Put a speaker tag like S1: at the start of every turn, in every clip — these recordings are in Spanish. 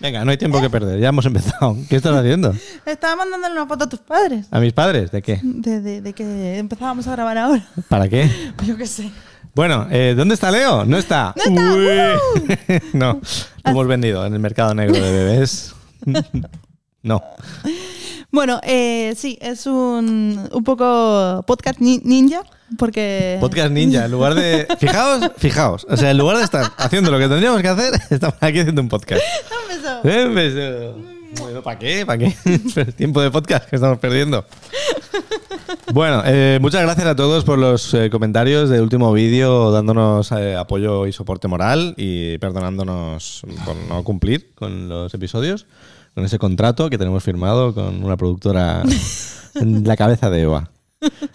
S1: Venga, no hay tiempo que perder, ya hemos empezado. ¿Qué estás haciendo?
S2: Estaba mandándole una foto a tus padres.
S1: ¿A mis padres? ¿De qué?
S2: De, de- de que empezábamos a grabar ahora.
S1: ¿Para qué?
S2: Yo qué sé.
S1: Bueno, eh, ¿dónde está Leo? No está.
S2: No está,
S1: Ué. no, lo hemos vendido en el mercado negro de bebés. no.
S2: Bueno, eh, sí, es un, un poco podcast ni- ninja, porque...
S1: Podcast Ninja, en lugar de. Fijaos, fijaos. O sea, en lugar de estar haciendo lo que tendríamos que hacer, estamos aquí haciendo un podcast.
S2: Un beso.
S1: Eh, pues, Bueno, ¿para qué? ¿Para qué? El tiempo de podcast que estamos perdiendo. Bueno, eh, muchas gracias a todos por los eh, comentarios del último vídeo, dándonos eh, apoyo y soporte moral y perdonándonos por no cumplir con los episodios, con ese contrato que tenemos firmado con una productora en la cabeza de Eva.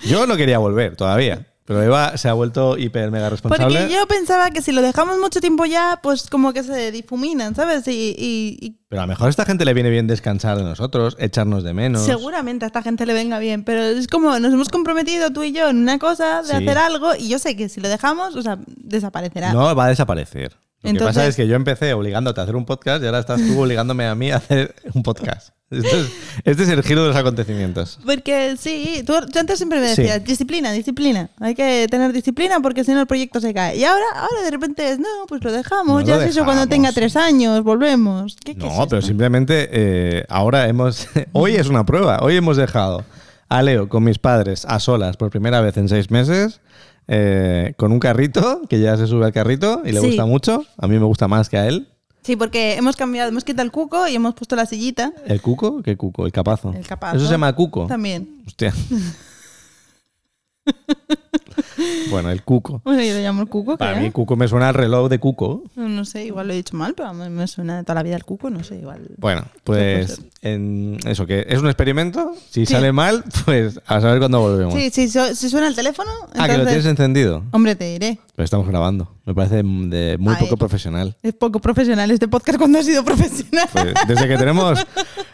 S1: Yo no quería volver todavía, pero Eva se ha vuelto hiper mega responsable.
S2: Porque yo pensaba que si lo dejamos mucho tiempo ya, pues como que se difuminan, ¿sabes? Y, y- y
S1: Pero a lo mejor a esta gente le viene bien descansar de nosotros, echarnos de menos.
S2: seguramente a esta gente le venga bien, pero es como nos hemos comprometido tú y yo en una cosa, de
S1: Sí.
S2: hacer algo, y yo sé que si lo dejamos, o sea, desaparecerá.
S1: No, va a desaparecer. Lo que
S2: Entonces-
S1: pasa es que yo empecé obligándote a hacer un podcast y ahora estás tú obligándome a mí a hacer un podcast. Esto es- este es el giro de los acontecimientos.
S2: Porque sí, tú, tú antes siempre me
S1: Sí.
S2: decías, disciplina, disciplina, hay que tener disciplina porque si no el proyecto se cae. Y ahora, ahora de repente es, no, pues lo
S1: No
S2: dejamos,
S1: lo
S2: ya es eso cuando
S1: dejamos.
S2: tenga tres años, volvemos. ¿Qué, qué es
S1: No, pero
S2: esto?
S1: simplemente eh, ahora hemos... hoy es una prueba. Hoy hemos dejado a Leo con mis padres a solas por primera vez en seis meses. eh, con un carrito, que ya se sube al carrito y le
S2: Sí.
S1: gusta mucho. A mí me gusta más que a él.
S2: Sí, porque hemos cambiado, hemos quitado el cuco y hemos puesto la sillita,
S1: ¿El cuco? ¿Qué cuco? El capazo.
S2: el capazo.
S1: Eso se llama cuco.
S2: También.
S1: Hostia. bueno, el cuco.
S2: Bueno, yo le llamo el cuco,
S1: Para
S2: creo.
S1: mí, cuco me suena al reloj de cuco.
S2: No, no sé, igual lo he dicho mal, pero me, me suena de toda la vida el cuco, no sé, igual.
S1: Bueno,
S2: Sí,
S1: pues
S2: puede
S1: en- eso que es un experimento. Si
S2: Sí.
S1: sale mal, pues a saber cuándo volvemos.
S2: Sí, sí, so- si suena el teléfono,
S1: ah, que lo
S2: entonces-
S1: tienes encendido.
S2: Hombre, te diré.
S1: Lo estamos grabando. Me parece de muy
S2: Ay.
S1: poco profesional.
S2: Es poco profesional este podcast cuando ha sido profesional.
S1: Pues, desde que tenemos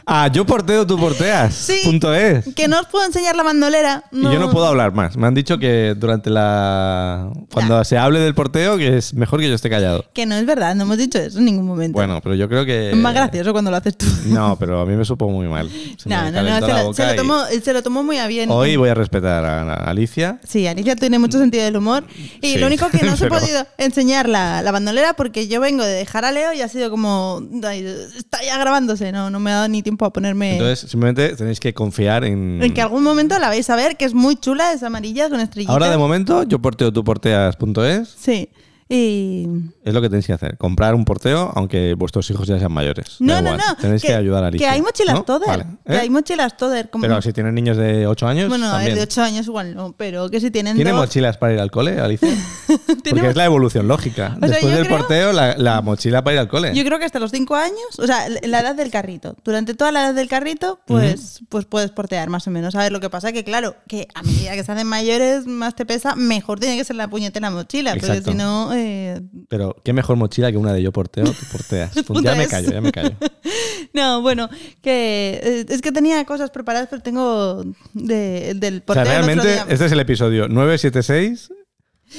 S1: a yo porteo, tú porteas.
S2: Sí.
S1: Punto es.
S2: Que no os puedo enseñar la bandolera.
S1: Y yo no puedo hablar más. Me han dicho que durante la. Cuando se hable del porteo, que es mejor que yo esté callado.
S2: Que no es verdad, no hemos dicho eso en ningún momento.
S1: Bueno, pero yo creo que.
S2: es más gracioso cuando lo haces tú.
S1: No, pero a mí me supo muy mal. Se me
S2: no, no, no,
S1: calentó
S2: se
S1: la
S2: lo,
S1: boca
S2: se lo
S1: y
S2: tomó, se lo tomó muy a bien.
S1: Hoy voy a respetar a a Alicia.
S2: Sí, Alicia tiene mucho sentido del humor. Y
S1: Sí,
S2: lo único que no os he
S1: pero-
S2: podido enseñar la, la bandolera porque yo vengo de dejar a Leo y ha sido como. "Ay, está ya grabándose, no, no me ha dado ni tiempo a ponerme.
S1: Entonces, mm. simplemente tenéis que confiar en.
S2: en que algún momento la vais a ver, que es muy chula, es amarilla con estrellitas.
S1: Ahora, de momento, yo porteo tú porteas.es.
S2: Sí. Y.
S1: Es lo que tenéis que hacer. Comprar un porteo, aunque vuestros hijos ya sean mayores.
S2: No,
S1: Da
S2: no,
S1: igual.
S2: no.
S1: Tenéis que, ayudar a Alicia.
S2: Que hay mochilas
S1: ¿No?
S2: toder.
S1: Vale.
S2: Que
S1: ¿Eh?
S2: hay mochilas toder. Como,
S1: Pero si tienen niños de 8 años.
S2: bueno, a ver,
S1: también.
S2: de 8 años igual no, pero que si tienen.
S1: ¿Tiene
S2: dos-
S1: mochilas para ir al cole, Alicia? Porque
S2: Tiene
S1: es la evolución lógica.
S2: O sea,
S1: Después
S2: yo
S1: del
S2: creo-
S1: porteo, la, la mochila para ir al cole.
S2: Yo creo que hasta los 5 años, o sea, la edad del carrito. Durante toda la edad del carrito, pues, pues puedes portear más o menos. A ver, lo que pasa que, claro, que a medida que se hacen mayores, más te pesa, mejor tiene que ser la puñetera mochila.
S1: Exacto.
S2: Porque si no, eh,
S1: Pero qué mejor mochila que una de yo porteo, tú porteas. ya
S2: Punto
S1: me
S2: es.
S1: callo, ya me callo.
S2: No, bueno, que eh, es que tenía cosas preparadas, pero tengo de- del
S1: o sea,
S2: porteo. el otro
S1: realmente,
S2: día.
S1: este es el episodio 976.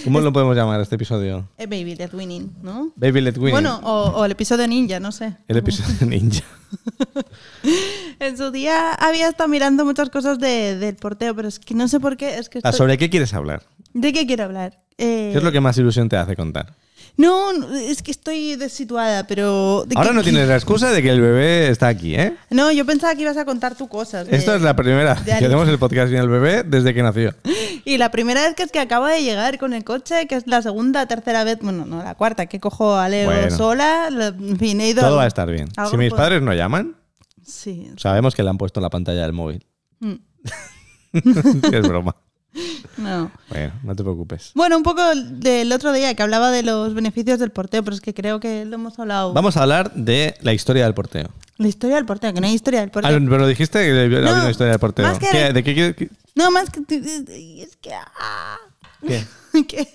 S1: ¿Cómo lo podemos llamar este episodio?
S2: Eh, Baby, Death Winning, ¿no?
S1: Baby Let Win.
S2: Bueno, o, o el episodio ninja, no sé.
S1: el episodio ninja.
S2: En su día había estado mirando muchas cosas de- del porteo, pero es que no sé por qué. Es que
S1: Ah,
S2: estoy-
S1: ¿Sobre qué quieres hablar?
S2: ¿De qué quiero hablar? Eh,
S1: ¿Qué es lo que más ilusión te hace contar?
S2: No, no, es que estoy desituada, pero... ¿de
S1: Ahora
S2: qué-
S1: no tienes la excusa de que el bebé está aquí, ¿eh?
S2: No, yo pensaba que ibas a contar tú cosas. eh. de-
S1: Esta es la primera que
S2: Alicia.
S1: hacemos el podcast sin el bebé desde que nació.
S2: Y la primera vez que es que acaba de llegar con el coche, que es la segunda, tercera vez, bueno, no, la cuarta, que cojo a Leo
S1: Bueno.
S2: sola, la- en fin, he ido...
S1: Todo va a estar bien.
S2: algo
S1: Si mis
S2: puedo-
S1: padres no llaman,
S2: Sí.
S1: sabemos que le han puesto la pantalla del móvil.
S2: Mm,
S1: es broma.
S2: No.
S1: Bueno, no te preocupes.
S2: Bueno, un poco del otro día que hablaba de los beneficios del porteo, pero es que creo que lo hemos hablado.
S1: Vamos a hablar de la historia del porteo.
S2: La historia del porteo, que no hay historia del
S1: Ah,
S2: porteo.
S1: pero dijiste que había
S2: No,
S1: una historia del porteo.
S2: más que-
S1: ¿Qué- ¿De qué, qué- qué-
S2: No, más que... Es que... ah.
S1: ¿Qué?
S2: que,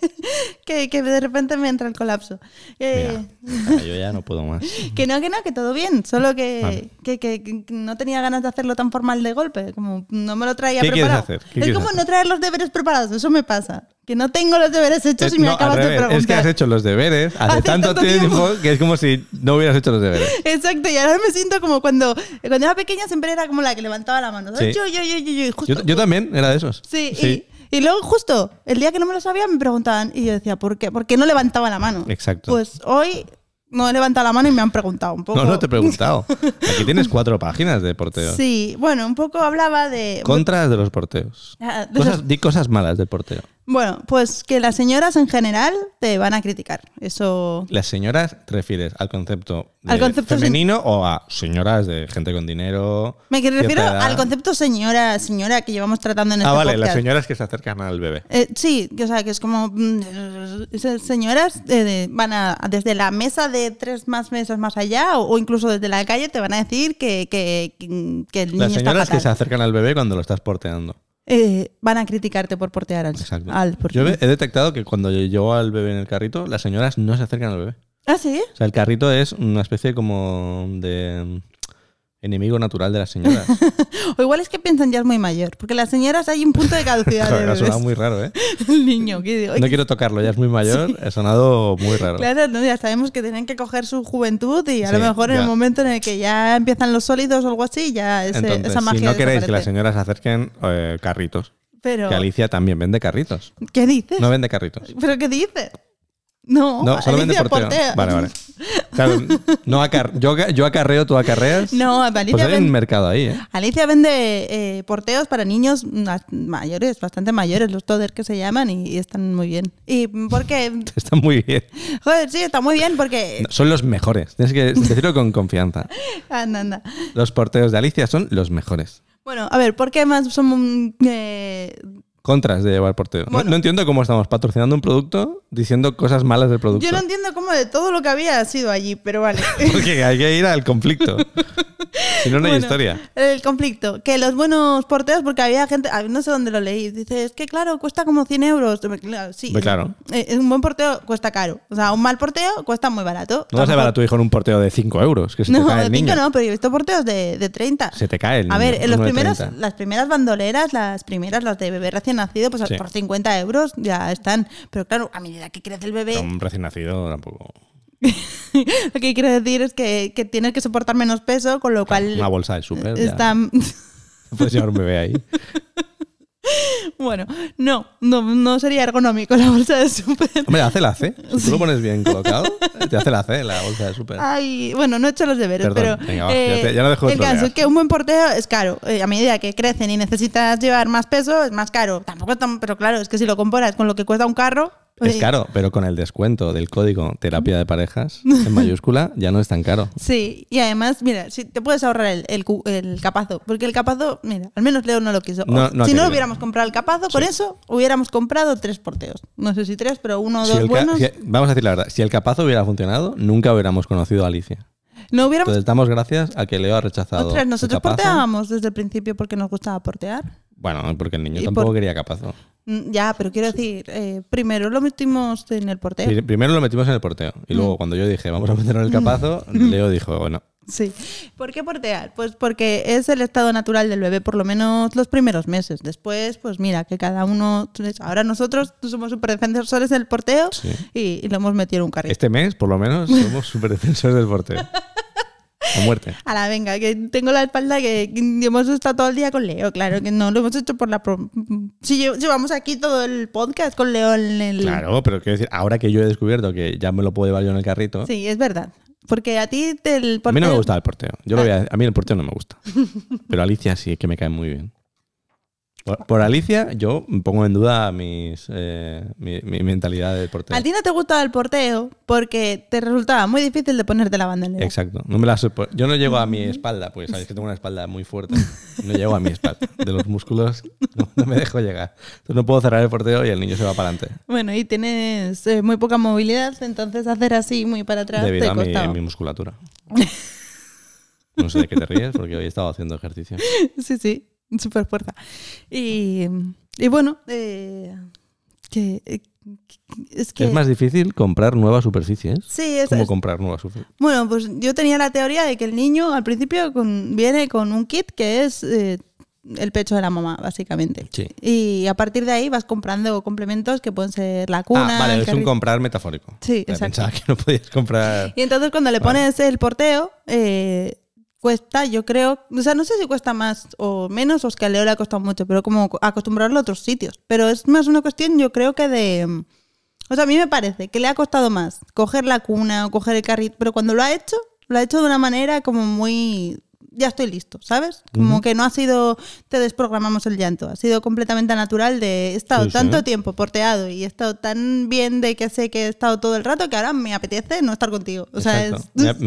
S2: que, que de repente me entra el colapso. Eh,
S1: Mira, Ah, yo ya no puedo más.
S2: que no, que no, que todo bien, solo que,
S1: Vale.
S2: que- que- que no tenía ganas de hacerlo tan formal de golpe, como no me lo traía
S1: ¿Qué quieres
S2: preparado.
S1: hacer? ¿Qué
S2: es
S1: quieres
S2: como
S1: hacer?
S2: no traer los deberes preparados, eso me pasa. Que no tengo los deberes hechos
S1: Eh,
S2: y me
S1: no, al
S2: acabas de
S1: revés.
S2: preguntar.
S1: Es que has hecho los deberes hace,
S2: Hace
S1: tanto,
S2: tanto
S1: tiempo,
S2: tiempo.
S1: que es como si no hubieras hecho los deberes.
S2: Exacto, y ahora me siento como cuando, cuando era pequeña siempre era como la que levantaba la mano. ¿sabes?
S1: Sí.
S2: Yo, yo, yo, yo, yo, y justo.
S1: Yo, yo también era de esos.
S2: Sí, Y, y luego justo el día que no me lo sabía me preguntaban y yo decía, ¿por qué? ¿Por qué no levantaba la mano?
S1: Exacto.
S2: Pues hoy no he levantado la mano y me han preguntado un poco.
S1: No, no te he preguntado. Aquí tienes cuatro páginas de porteos.
S2: Sí, bueno, un poco hablaba de...
S1: Contras de los porteos.
S2: Ah, de
S1: Cosas,
S2: esas-
S1: di cosas malas del porteo.
S2: Bueno, pues que las señoras en general te van a criticar. Eso...
S1: ¿Las señoras te refieres al concepto, de
S2: Al concepto
S1: femenino o a señoras de gente con dinero?
S2: Me
S1: cierta
S2: refiero
S1: edad?
S2: al concepto señora, señora que llevamos tratando en
S1: Ah,
S2: este
S1: vale, las
S2: podcast.
S1: señoras que se acercan al bebé.
S2: Eh, sí, que, o sea, que es como mm, esas señoras eh, de- van a desde la mesa de tres más mesas más allá o, o incluso desde la calle te van a decir que, que, que- que el niño
S1: Las señoras
S2: está
S1: que se
S2: fatal.
S1: acercan al bebé cuando lo estás porteando.
S2: Eh, van a criticarte por portear al,
S1: Exacto.
S2: al portero.
S1: Yo he detectado que cuando llevo al bebé en el carrito, las señoras no se acercan al bebé.
S2: Ah, sí.
S1: O sea, el carrito es una especie como de mm, enemigo natural de las señoras.
S2: O igual es que piensan ya es muy mayor, porque las señoras hay un punto de caducidad de
S1: Joder, ha sonado
S2: bebés.
S1: muy raro, ¿eh?
S2: El niño, que digo,
S1: No quiero tocarlo, ya es muy mayor, ha sonado muy raro.
S2: Claro, no, ya sabemos que tienen que coger su juventud y a
S1: Sí,
S2: lo mejor en
S1: ya.
S2: el momento en el que ya empiezan los sólidos o algo así, ya ese-
S1: Entonces,
S2: esa magia
S1: si no queréis que las
S2: desaparece.
S1: señoras acerquen eh, carritos,
S2: Pero,
S1: que Alicia también vende carritos.
S2: ¿qué dices?
S1: No vende carritos.
S2: ¿Pero qué dices? No,
S1: No, solo vende
S2: Alicia
S1: porteo.
S2: portea.
S1: Vale, vale. Claro, no acar- yo, ca- yo acarreo, tú acarreas.
S2: No, Alicia,
S1: Pues hay un
S2: ven-
S1: mercado ahí, ¿eh?
S2: Alicia vende eh, porteos para niños ma- mayores, bastante mayores, los todders que se llaman y, y están muy bien. Y porque,
S1: Está muy bien.
S2: joder, sí, está muy bien porque...
S1: No, son los mejores. Tienes que decirlo con confianza.
S2: Anda, anda.
S1: Los porteos de Alicia son los mejores.
S2: Bueno, a ver, ¿por qué más son... mm, eh,
S1: Contras de llevar porteo. No-
S2: Bueno.
S1: No, entiendo cómo estamos patrocinando un producto diciendo cosas malas del producto.
S2: yo no entiendo cómo de todo lo que había ha sido allí, pero vale.
S1: Porque hay que ir al conflicto. si no, no hay
S2: Bueno,
S1: historia.
S2: El conflicto. Que los buenos porteos, porque había gente, ah, no sé dónde lo leí, dice, es que claro, cuesta como 100 euros. Claro, Sí,
S1: Hombre, claro.
S2: Eh, eh, un buen porteo cuesta caro. O sea, un mal porteo cuesta muy barato.
S1: No vas a llevar a tu hijo en un porteo de 5 euros, que se te
S2: No,
S1: cae
S2: de
S1: el
S2: 5
S1: niño.
S2: no, pero yo he visto porteos de, de 30.
S1: Se te cae el
S2: A
S1: niño,
S2: ver, en los
S1: uno de
S2: primeros,
S1: 30.
S2: las primeras bandoleras, las primeras, las de bebé recién nacido, pues
S1: Sí.
S2: por 50 euros ya están. Pero claro, a medida que crece el bebé,
S1: Un recién nacido tampoco.
S2: lo que quiero decir es que, que tienes que soportar menos peso, con lo cual
S1: Una bolsa de súper. ya.
S2: está...
S1: Puedes llevar un bebé ahí.
S2: Bueno, no, no, no sería ergonómico la bolsa de súper.
S1: Hombre, hace la C. Si tú lo pones bien colocado, te hace la C la bolsa de súper.
S2: Ay, bueno, no he hecho los deberes,
S1: Perdón,
S2: pero eh,
S1: venga, va, ya te- ya lo dejo de
S2: el caso
S1: trolear.
S2: es que un buen porteo es caro. Eh, a medida que crecen y necesitas llevar más peso, es más caro. Tampoco es tan, pero claro, es que si lo comparas con lo que cuesta un carro,
S1: Es
S2: eh,
S1: caro, pero con el descuento del código terapia de parejas en mayúscula ya no es tan caro.
S2: Sí, y además, mira, si te puedes ahorrar el, el, cu- el capazo, porque el capazo, mira, al menos Leo no lo quiso.
S1: No, no ha
S2: si no
S1: querido.
S2: hubiéramos comprado el capazo, con eso hubiéramos comprado tres porteos. No sé si tres, pero uno o
S1: Si
S2: dos
S1: el ca-
S2: buenos.
S1: si- vamos a decir la verdad, si el capazo hubiera funcionado, nunca hubiéramos conocido a Alicia.
S2: no hubiéramos
S1: Entonces damos gracias a que Leo ha rechazado.
S2: Ostras,
S1: el
S2: nosotros
S1: capazo.
S2: porteábamos desde el principio porque nos gustaba portear.
S1: Bueno, porque el niño
S2: Y
S1: tampoco
S2: por-
S1: quería capazo.
S2: Mm, Ya, pero quiero decir, eh, primero lo metimos en el porteo.
S1: Pri- Primero lo metimos en el porteo y
S2: Mm.
S1: luego cuando yo dije vamos a meterlo en el capazo, Leo dijo bueno.
S2: Sí. ¿Por qué portear? Pues porque es el estado natural del bebé, por lo menos los primeros meses. Después, pues mira, que cada uno. Ahora nosotros somos súper defensores del porteo
S1: Sí.
S2: y, y lo hemos metido en un carrito.
S1: Este mes, por lo menos, somos súper defensores del porteo. A muerte.
S2: A la venga, que tengo la espalda que, que hemos estado todo el día con Leo, claro, que no lo hemos hecho por la... pro- Si lle- llevamos aquí todo el podcast con Leo en el...
S1: Claro, pero quiero decir, ahora que yo he descubierto que ya me lo puedo llevar yo en el carrito,
S2: Sí, es verdad. Porque a ti el
S1: a mí no me
S2: porteo-
S1: gusta el porteo. Yo lo voy a, a mí el porteo no me gusta. Pero Alicia sí que me cae muy bien. Por, por Alicia, yo pongo en duda mis, eh, mi, mi mentalidad del porteo.
S2: A ti no te gustaba el porteo porque te resultaba muy difícil de ponerte la bandolera.
S1: Exacto. No me la sopo- Yo no llego a mi espalda, porque sabéis que tengo una espalda muy fuerte. No llego a mi espalda. De los músculos no, no me dejo llegar. Entonces no puedo cerrar el porteo y el niño se va para adelante.
S2: Bueno, y tienes eh, muy poca movilidad, entonces hacer así muy para atrás te
S1: Debido a mi,
S2: costaba.
S1: mi musculatura. No sé de qué te ríes, porque hoy he estado haciendo ejercicio.
S2: Sí, sí, súper fuerza. Y, y bueno, eh, Que, eh, es que...
S1: Es más difícil comprar nuevas superficies.
S2: Sí, es,
S1: ¿Cómo
S2: es-
S1: comprar nuevas superficies?
S2: Bueno, pues yo tenía la teoría de que el niño al principio con- viene con un kit que es eh, el pecho de la mamá, básicamente.
S1: Sí.
S2: Y a partir de ahí vas comprando complementos que pueden ser la cuna.
S1: ah, vale,
S2: el
S1: es un
S2: carrito.
S1: comprar metafórico. Vale,
S2: Sí, exacto.
S1: Pensaba que no podías comprar.
S2: Y entonces cuando le
S1: Vale.
S2: pones el porteo, eh, cuesta, yo creo, o sea, no sé si cuesta más o menos, o es que a Leo le ha costado mucho, pero como acostumbrarlo a otros sitios. Pero es más una cuestión, yo creo que de... mm, O sea, a mí me parece que le ha costado más coger la cuna o coger el carrito, pero cuando lo ha hecho, lo ha hecho de una manera como muy... Ya estoy listo, ¿sabes? Como que no ha sido, te desprogramamos el llanto, ha sido completamente natural de he estado
S1: Sí, sí.
S2: tanto tiempo porteado y he estado tan bien de que sé que he estado todo el rato que ahora me apetece no estar contigo. O sea, es,
S1: Exacto.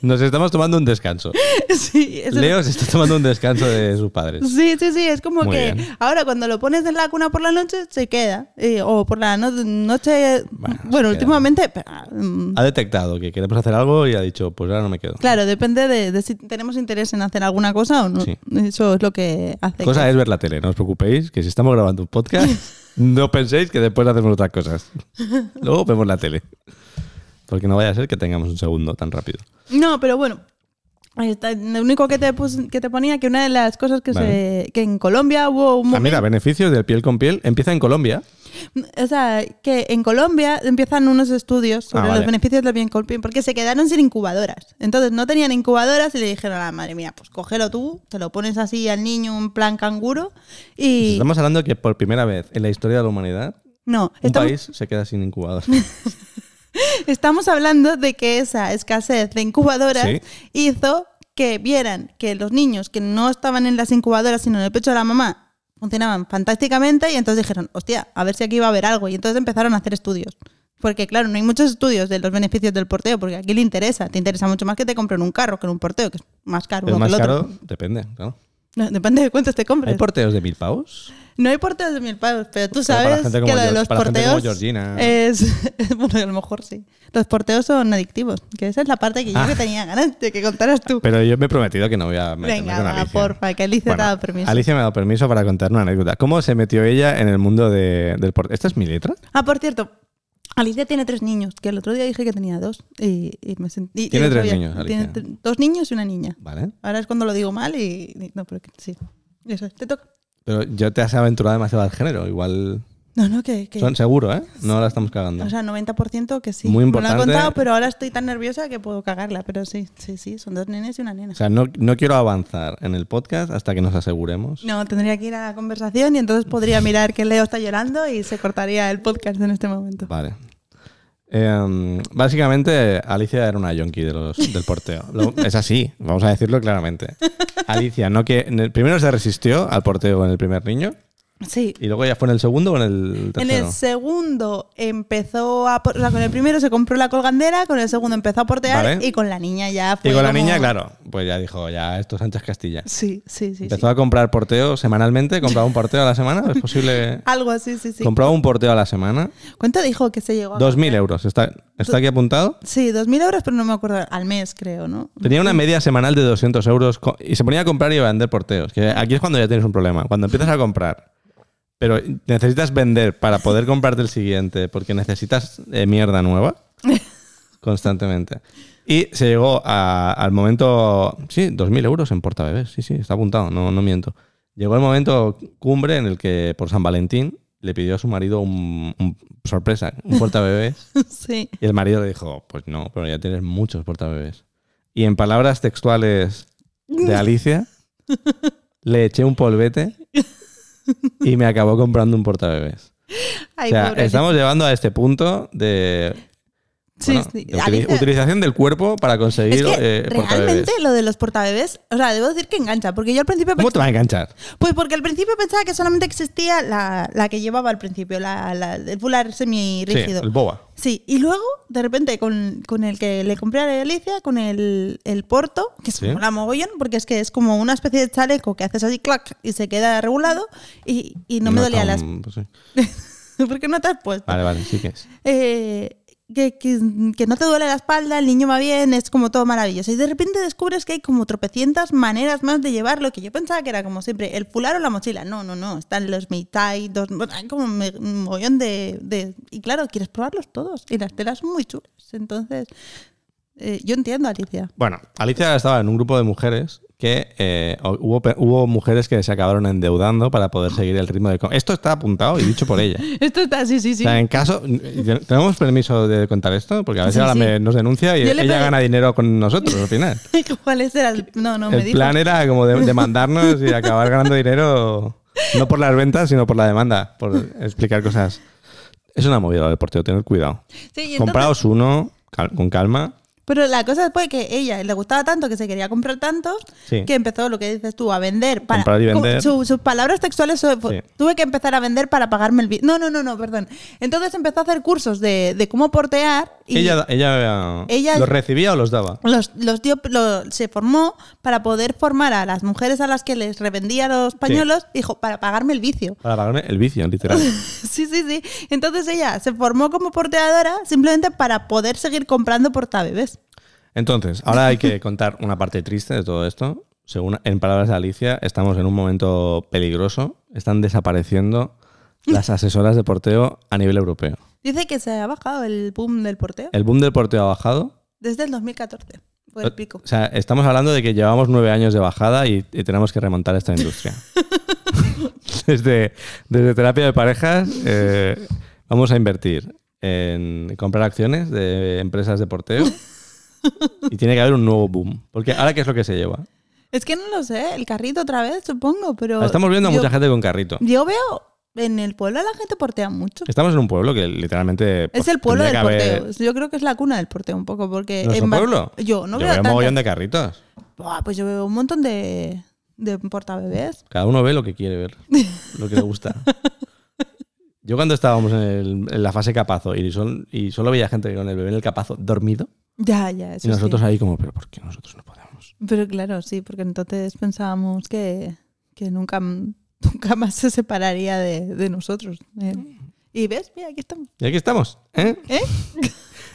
S1: Nos estamos tomando un descanso.
S2: sí, es-
S1: Leo se está tomando un descanso de sus padres.
S2: Sí, sí, sí, es como
S1: Muy
S2: que
S1: bien.
S2: ahora cuando lo pones en la cuna por la noche se queda. eh, o por la no- noche...
S1: Bueno,
S2: Bueno,
S1: se queda.
S2: últimamente... pero, ah, mm,
S1: Ha detectado que queremos hacer algo y ha dicho, pues ahora no me quedo.
S2: Claro, depende de, de si tenemos interés en hacer alguna cosa o no.
S1: Sí.
S2: Eso es lo que hace.
S1: Cosa
S2: que-
S1: es ver la tele, no os preocupéis, que si estamos grabando un podcast, no penséis que después hacemos otras cosas. Luego vemos la tele. Porque no vaya a ser que tengamos un segundo tan rápido.
S2: No, pero bueno. ahí está. Lo único que te, pus- que te ponía que una de las cosas que,
S1: Vale.
S2: se, que en Colombia hubo un
S1: Ah, mira, beneficios del piel con piel. Empieza en Colombia.
S2: O sea, que en Colombia empiezan unos estudios sobre
S1: Ah, vale.
S2: los beneficios del bien colpín, porque se quedaron sin incubadoras. Entonces no tenían incubadoras y le dijeron a la madre, mira, pues cógelo tú, te lo pones así al niño en plan canguro y...
S1: Estamos hablando que por primera vez en la historia de la humanidad,
S2: no,
S1: un
S2: estamos,
S1: país se queda sin incubador.
S2: estamos hablando de que esa escasez de incubadoras
S1: Sí.
S2: hizo que vieran que los niños que no estaban en las incubadoras, sino en el pecho de la mamá, funcionaban fantásticamente y entonces dijeron, hostia, a ver si aquí va a haber algo. Y entonces empezaron a hacer estudios. Porque claro, no hay muchos estudios de los beneficios del porteo, porque aquí le interesa, te interesa mucho más que te compren un carro que en un porteo, que es más caro
S1: Es
S2: uno
S1: más
S2: que el otro.
S1: caro, depende, claro.
S2: No, depende de cuántos te
S1: ¿Hay
S2: compres.
S1: porteos de mil pavos?
S2: No hay porteos de mil pavos, pero tú
S1: Pero para
S2: sabes
S1: gente
S2: que
S1: como
S2: lo de
S1: Geor-
S2: los
S1: para gente como
S2: porteos
S1: Georgina.
S2: es bueno, a lo mejor sí. Los porteos son adictivos, que esa es la parte que yo
S1: Ah.
S2: que tenía ganas de que contaras tú.
S1: Pero yo me he prometido que no voy a meterme
S2: Venga,
S1: con
S2: va,
S1: Alicia.
S2: porfa, que Alicia te ha dado permiso.
S1: Alicia me ha dado permiso para contar una anécdota. ¿Cómo se metió ella en el mundo de- del porteo? ¿Esta es mi letra?
S2: Ah, por cierto, Alicia tiene tres niños, que el otro día dije que tenía dos y, y me sentí y
S1: Tiene
S2: no
S1: tres
S2: sabía.
S1: niños,
S2: Tiene
S1: Alicia.
S2: tre- dos niños y una niña.
S1: Vale.
S2: Ahora es cuando lo digo mal y, y- no, pero que- sí. Eso, es, te toca.
S1: Pero yo te has aventurado demasiado al género. Igual
S2: No, no, que, que-
S1: son seguro, ¿eh? No la estamos cagando.
S2: o sea, 90% que sí.
S1: Muy
S2: Me
S1: importante.
S2: lo han contado, pero ahora estoy tan nerviosa que puedo cagarla, pero sí, sí, sí, son dos nenes y una nena.
S1: O sea, no, no quiero avanzar en el podcast hasta que nos aseguremos.
S2: No, tendría que ir a la conversación y entonces podría mirar que Leo está llorando y se cortaría el podcast en este momento.
S1: Vale. Em, básicamente, Alicia era una yonki de los, del porteo. Lo- es así, vamos a decirlo claramente. Alicia, no que en el- primero se resistió al porteo en el primer niño
S2: Sí.
S1: y luego ya fue en el segundo o en el
S2: En
S1: tercero.
S2: el segundo empezó a... por- O sea, con el primero se compró la colgandera, con el segundo empezó a portear
S1: Vale.
S2: y con la niña ya fue
S1: y con la
S2: como-
S1: niña, claro, pues ya dijo, ya, esto es Sánchez Castilla.
S2: Sí, sí, sí. sí.
S1: Empezó a comprar porteo semanalmente, compraba un porteo a la semana, es posible.
S2: Algo así, Ah, sí, sí.
S1: Compraba un porteo a la semana,
S2: ¿Cuánto dijo que se llegó a...
S1: 2.000 euros, está, está aquí apuntado.
S2: Sí, 2.000 euros, pero no me acuerdo. Al mes, creo, ¿no?
S1: Tenía una media semanal de 200 euros co- y se ponía a comprar y a vender porteos. Que aquí es cuando ya tienes un problema. Cuando empiezas a comprar, pero necesitas vender para poder comprarte el siguiente, porque necesitas eh, mierda nueva constantemente. Y se llegó a- al momento. Sí, 2.000 euros en portabebés. Sí, sí, está apuntado, no, no miento. Llegó el momento cumbre en el que por San Valentín le pidió a su marido un, un- sorpresa, un portabebés.
S2: sí.
S1: Y el marido le dijo, pues no, pero ya tienes muchos portabebés. Y en palabras textuales de Alicia, le eché un polvete y me acabó comprando un portabebés.
S2: Ay,
S1: o sea,
S2: pobre.
S1: estamos llevando a este punto de,
S2: Sí,
S1: bueno,
S2: sí.
S1: de utili-
S2: Alicia-
S1: utilización del cuerpo para conseguir
S2: Es que
S1: eh, portabebés.
S2: realmente lo de los portabebés, o sea, debo decir que engancha, porque yo al principio
S1: ¿Cómo te va a enganchar?
S2: Pues porque al principio pensaba que solamente existía la, la que llevaba al principio, la, la- el fular
S1: Sí,
S2: semi-rígido.
S1: el boa.
S2: Sí, y luego, de repente, con, con el que le compré a Alicia, con el, el porto, que es
S1: Sí.
S2: la mogollón, porque es que es como una especie de chaleco que haces así, clac, y se queda regulado, y, y no me dolía
S1: está
S2: las...
S1: un- pues sí.
S2: ¿Por qué no te has puesto?
S1: Vale, vale, sí que es.
S2: Eh, que, que- que no te duele la espalda, el niño va bien, es como todo maravilloso. Y de repente descubres que hay como tropecientas maneras más de llevarlo, que yo pensaba que era como siempre el fular o la mochila. No, no, no, están los mitai, dos, bueno, hay como un me- un mogollón de, de- Y claro, quieres probarlos todos y las telas son muy chulas. Entonces, eh, yo entiendo, Alicia.
S1: Bueno, Alicia estaba en un grupo de mujeres que eh, hubo, pe- hubo mujeres que se acabaron endeudando para poder seguir el ritmo de... co- Esto está apuntado y dicho por ella.
S2: Esto está, sí, sí,
S1: O
S2: sí.
S1: sea, en caso... ¿Tenemos permiso de contar esto? Porque a veces
S2: Sí,
S1: ahora
S2: sí.
S1: me- nos denuncia y
S2: Yo le
S1: ella
S2: pedí-
S1: gana dinero con nosotros al final.
S2: ¿Cuál era el- No, no, me
S1: el
S2: dijo.
S1: plan era como de- demandarnos y acabar ganando dinero no por las ventas, sino por la demanda, por explicar cosas. Es una movida lo del porteo, tener cuidado.
S2: Sí, y entonces-
S1: Compraos uno cal- con calma.
S2: Pero la cosa fue que ella le gustaba tanto, que se quería comprar tanto,
S1: Sí.
S2: que empezó lo que dices tú, a vender. Para,
S1: Comprar y
S2: como-
S1: vender.
S2: su- sus palabras textuales son, fue,
S1: Sí.
S2: tuve que empezar a vender para pagarme el... bi-". No, no, no, no, perdón. Entonces empezó a hacer cursos de, de cómo portear y
S1: ella, ella,
S2: Ella-
S1: los recibía o los daba.
S2: los, los dio- lo- se formó para poder formar a las mujeres a las que les revendía los pañuelos, dijo, para pagarme el vicio.
S1: Para pagarme el vicio, literal.
S2: Sí, sí, sí. Entonces ella se formó como porteadora simplemente para poder seguir comprando portabebés.
S1: Entonces, ahora hay que contar una parte triste de todo esto. Según en palabras de Alicia, estamos en un momento peligroso. Están desapareciendo las asesoras de porteo a nivel europeo.
S2: Dice que se ha bajado el boom del porteo.
S1: El boom del porteo ha bajado,
S2: Desde el 2014, fue el Pues pico.
S1: O sea, estamos hablando de que llevamos nueve años de bajada y, y tenemos que remontar esta industria. desde, desde terapia de parejas eh, vamos a invertir en comprar acciones de empresas de porteo y tiene que haber un nuevo boom. Porque ahora, ¿qué es lo que se lleva?
S2: Es que no lo sé, el carrito otra vez, supongo, pero...
S1: Ah, Estamos viendo a
S2: yo-
S1: mucha gente con carrito.
S2: Yo veo, en el pueblo la gente portea mucho.
S1: Estamos en un pueblo que literalmente... pues,
S2: Es el pueblo del
S1: tendría que haber-
S2: porteo. Yo creo que es la cuna del porteo un poco, porque...
S1: ¿Nuestro
S2: Bar-
S1: pueblo?
S2: Yo no
S1: Yo
S2: veo,
S1: veo un
S2: tantas-
S1: mogollón de carritos.
S2: Buah, Pues yo veo un montón de, de portabebés.
S1: Cada uno ve lo que quiere ver, lo que le gusta. Yo cuando estábamos en, el- en la fase capazo y, sol- y solo veía gente con el bebé en el capazo dormido
S2: Ya, ya, eso
S1: y nosotros
S2: sí.
S1: ahí como, pero ¿por qué nosotros no podemos?
S2: Pero claro, sí, porque entonces pensábamos que, que nunca, nunca más se separaría de, de nosotros. eh. Y ves, mira, aquí estamos.
S1: Y aquí estamos, ¿eh?
S2: ¿Eh?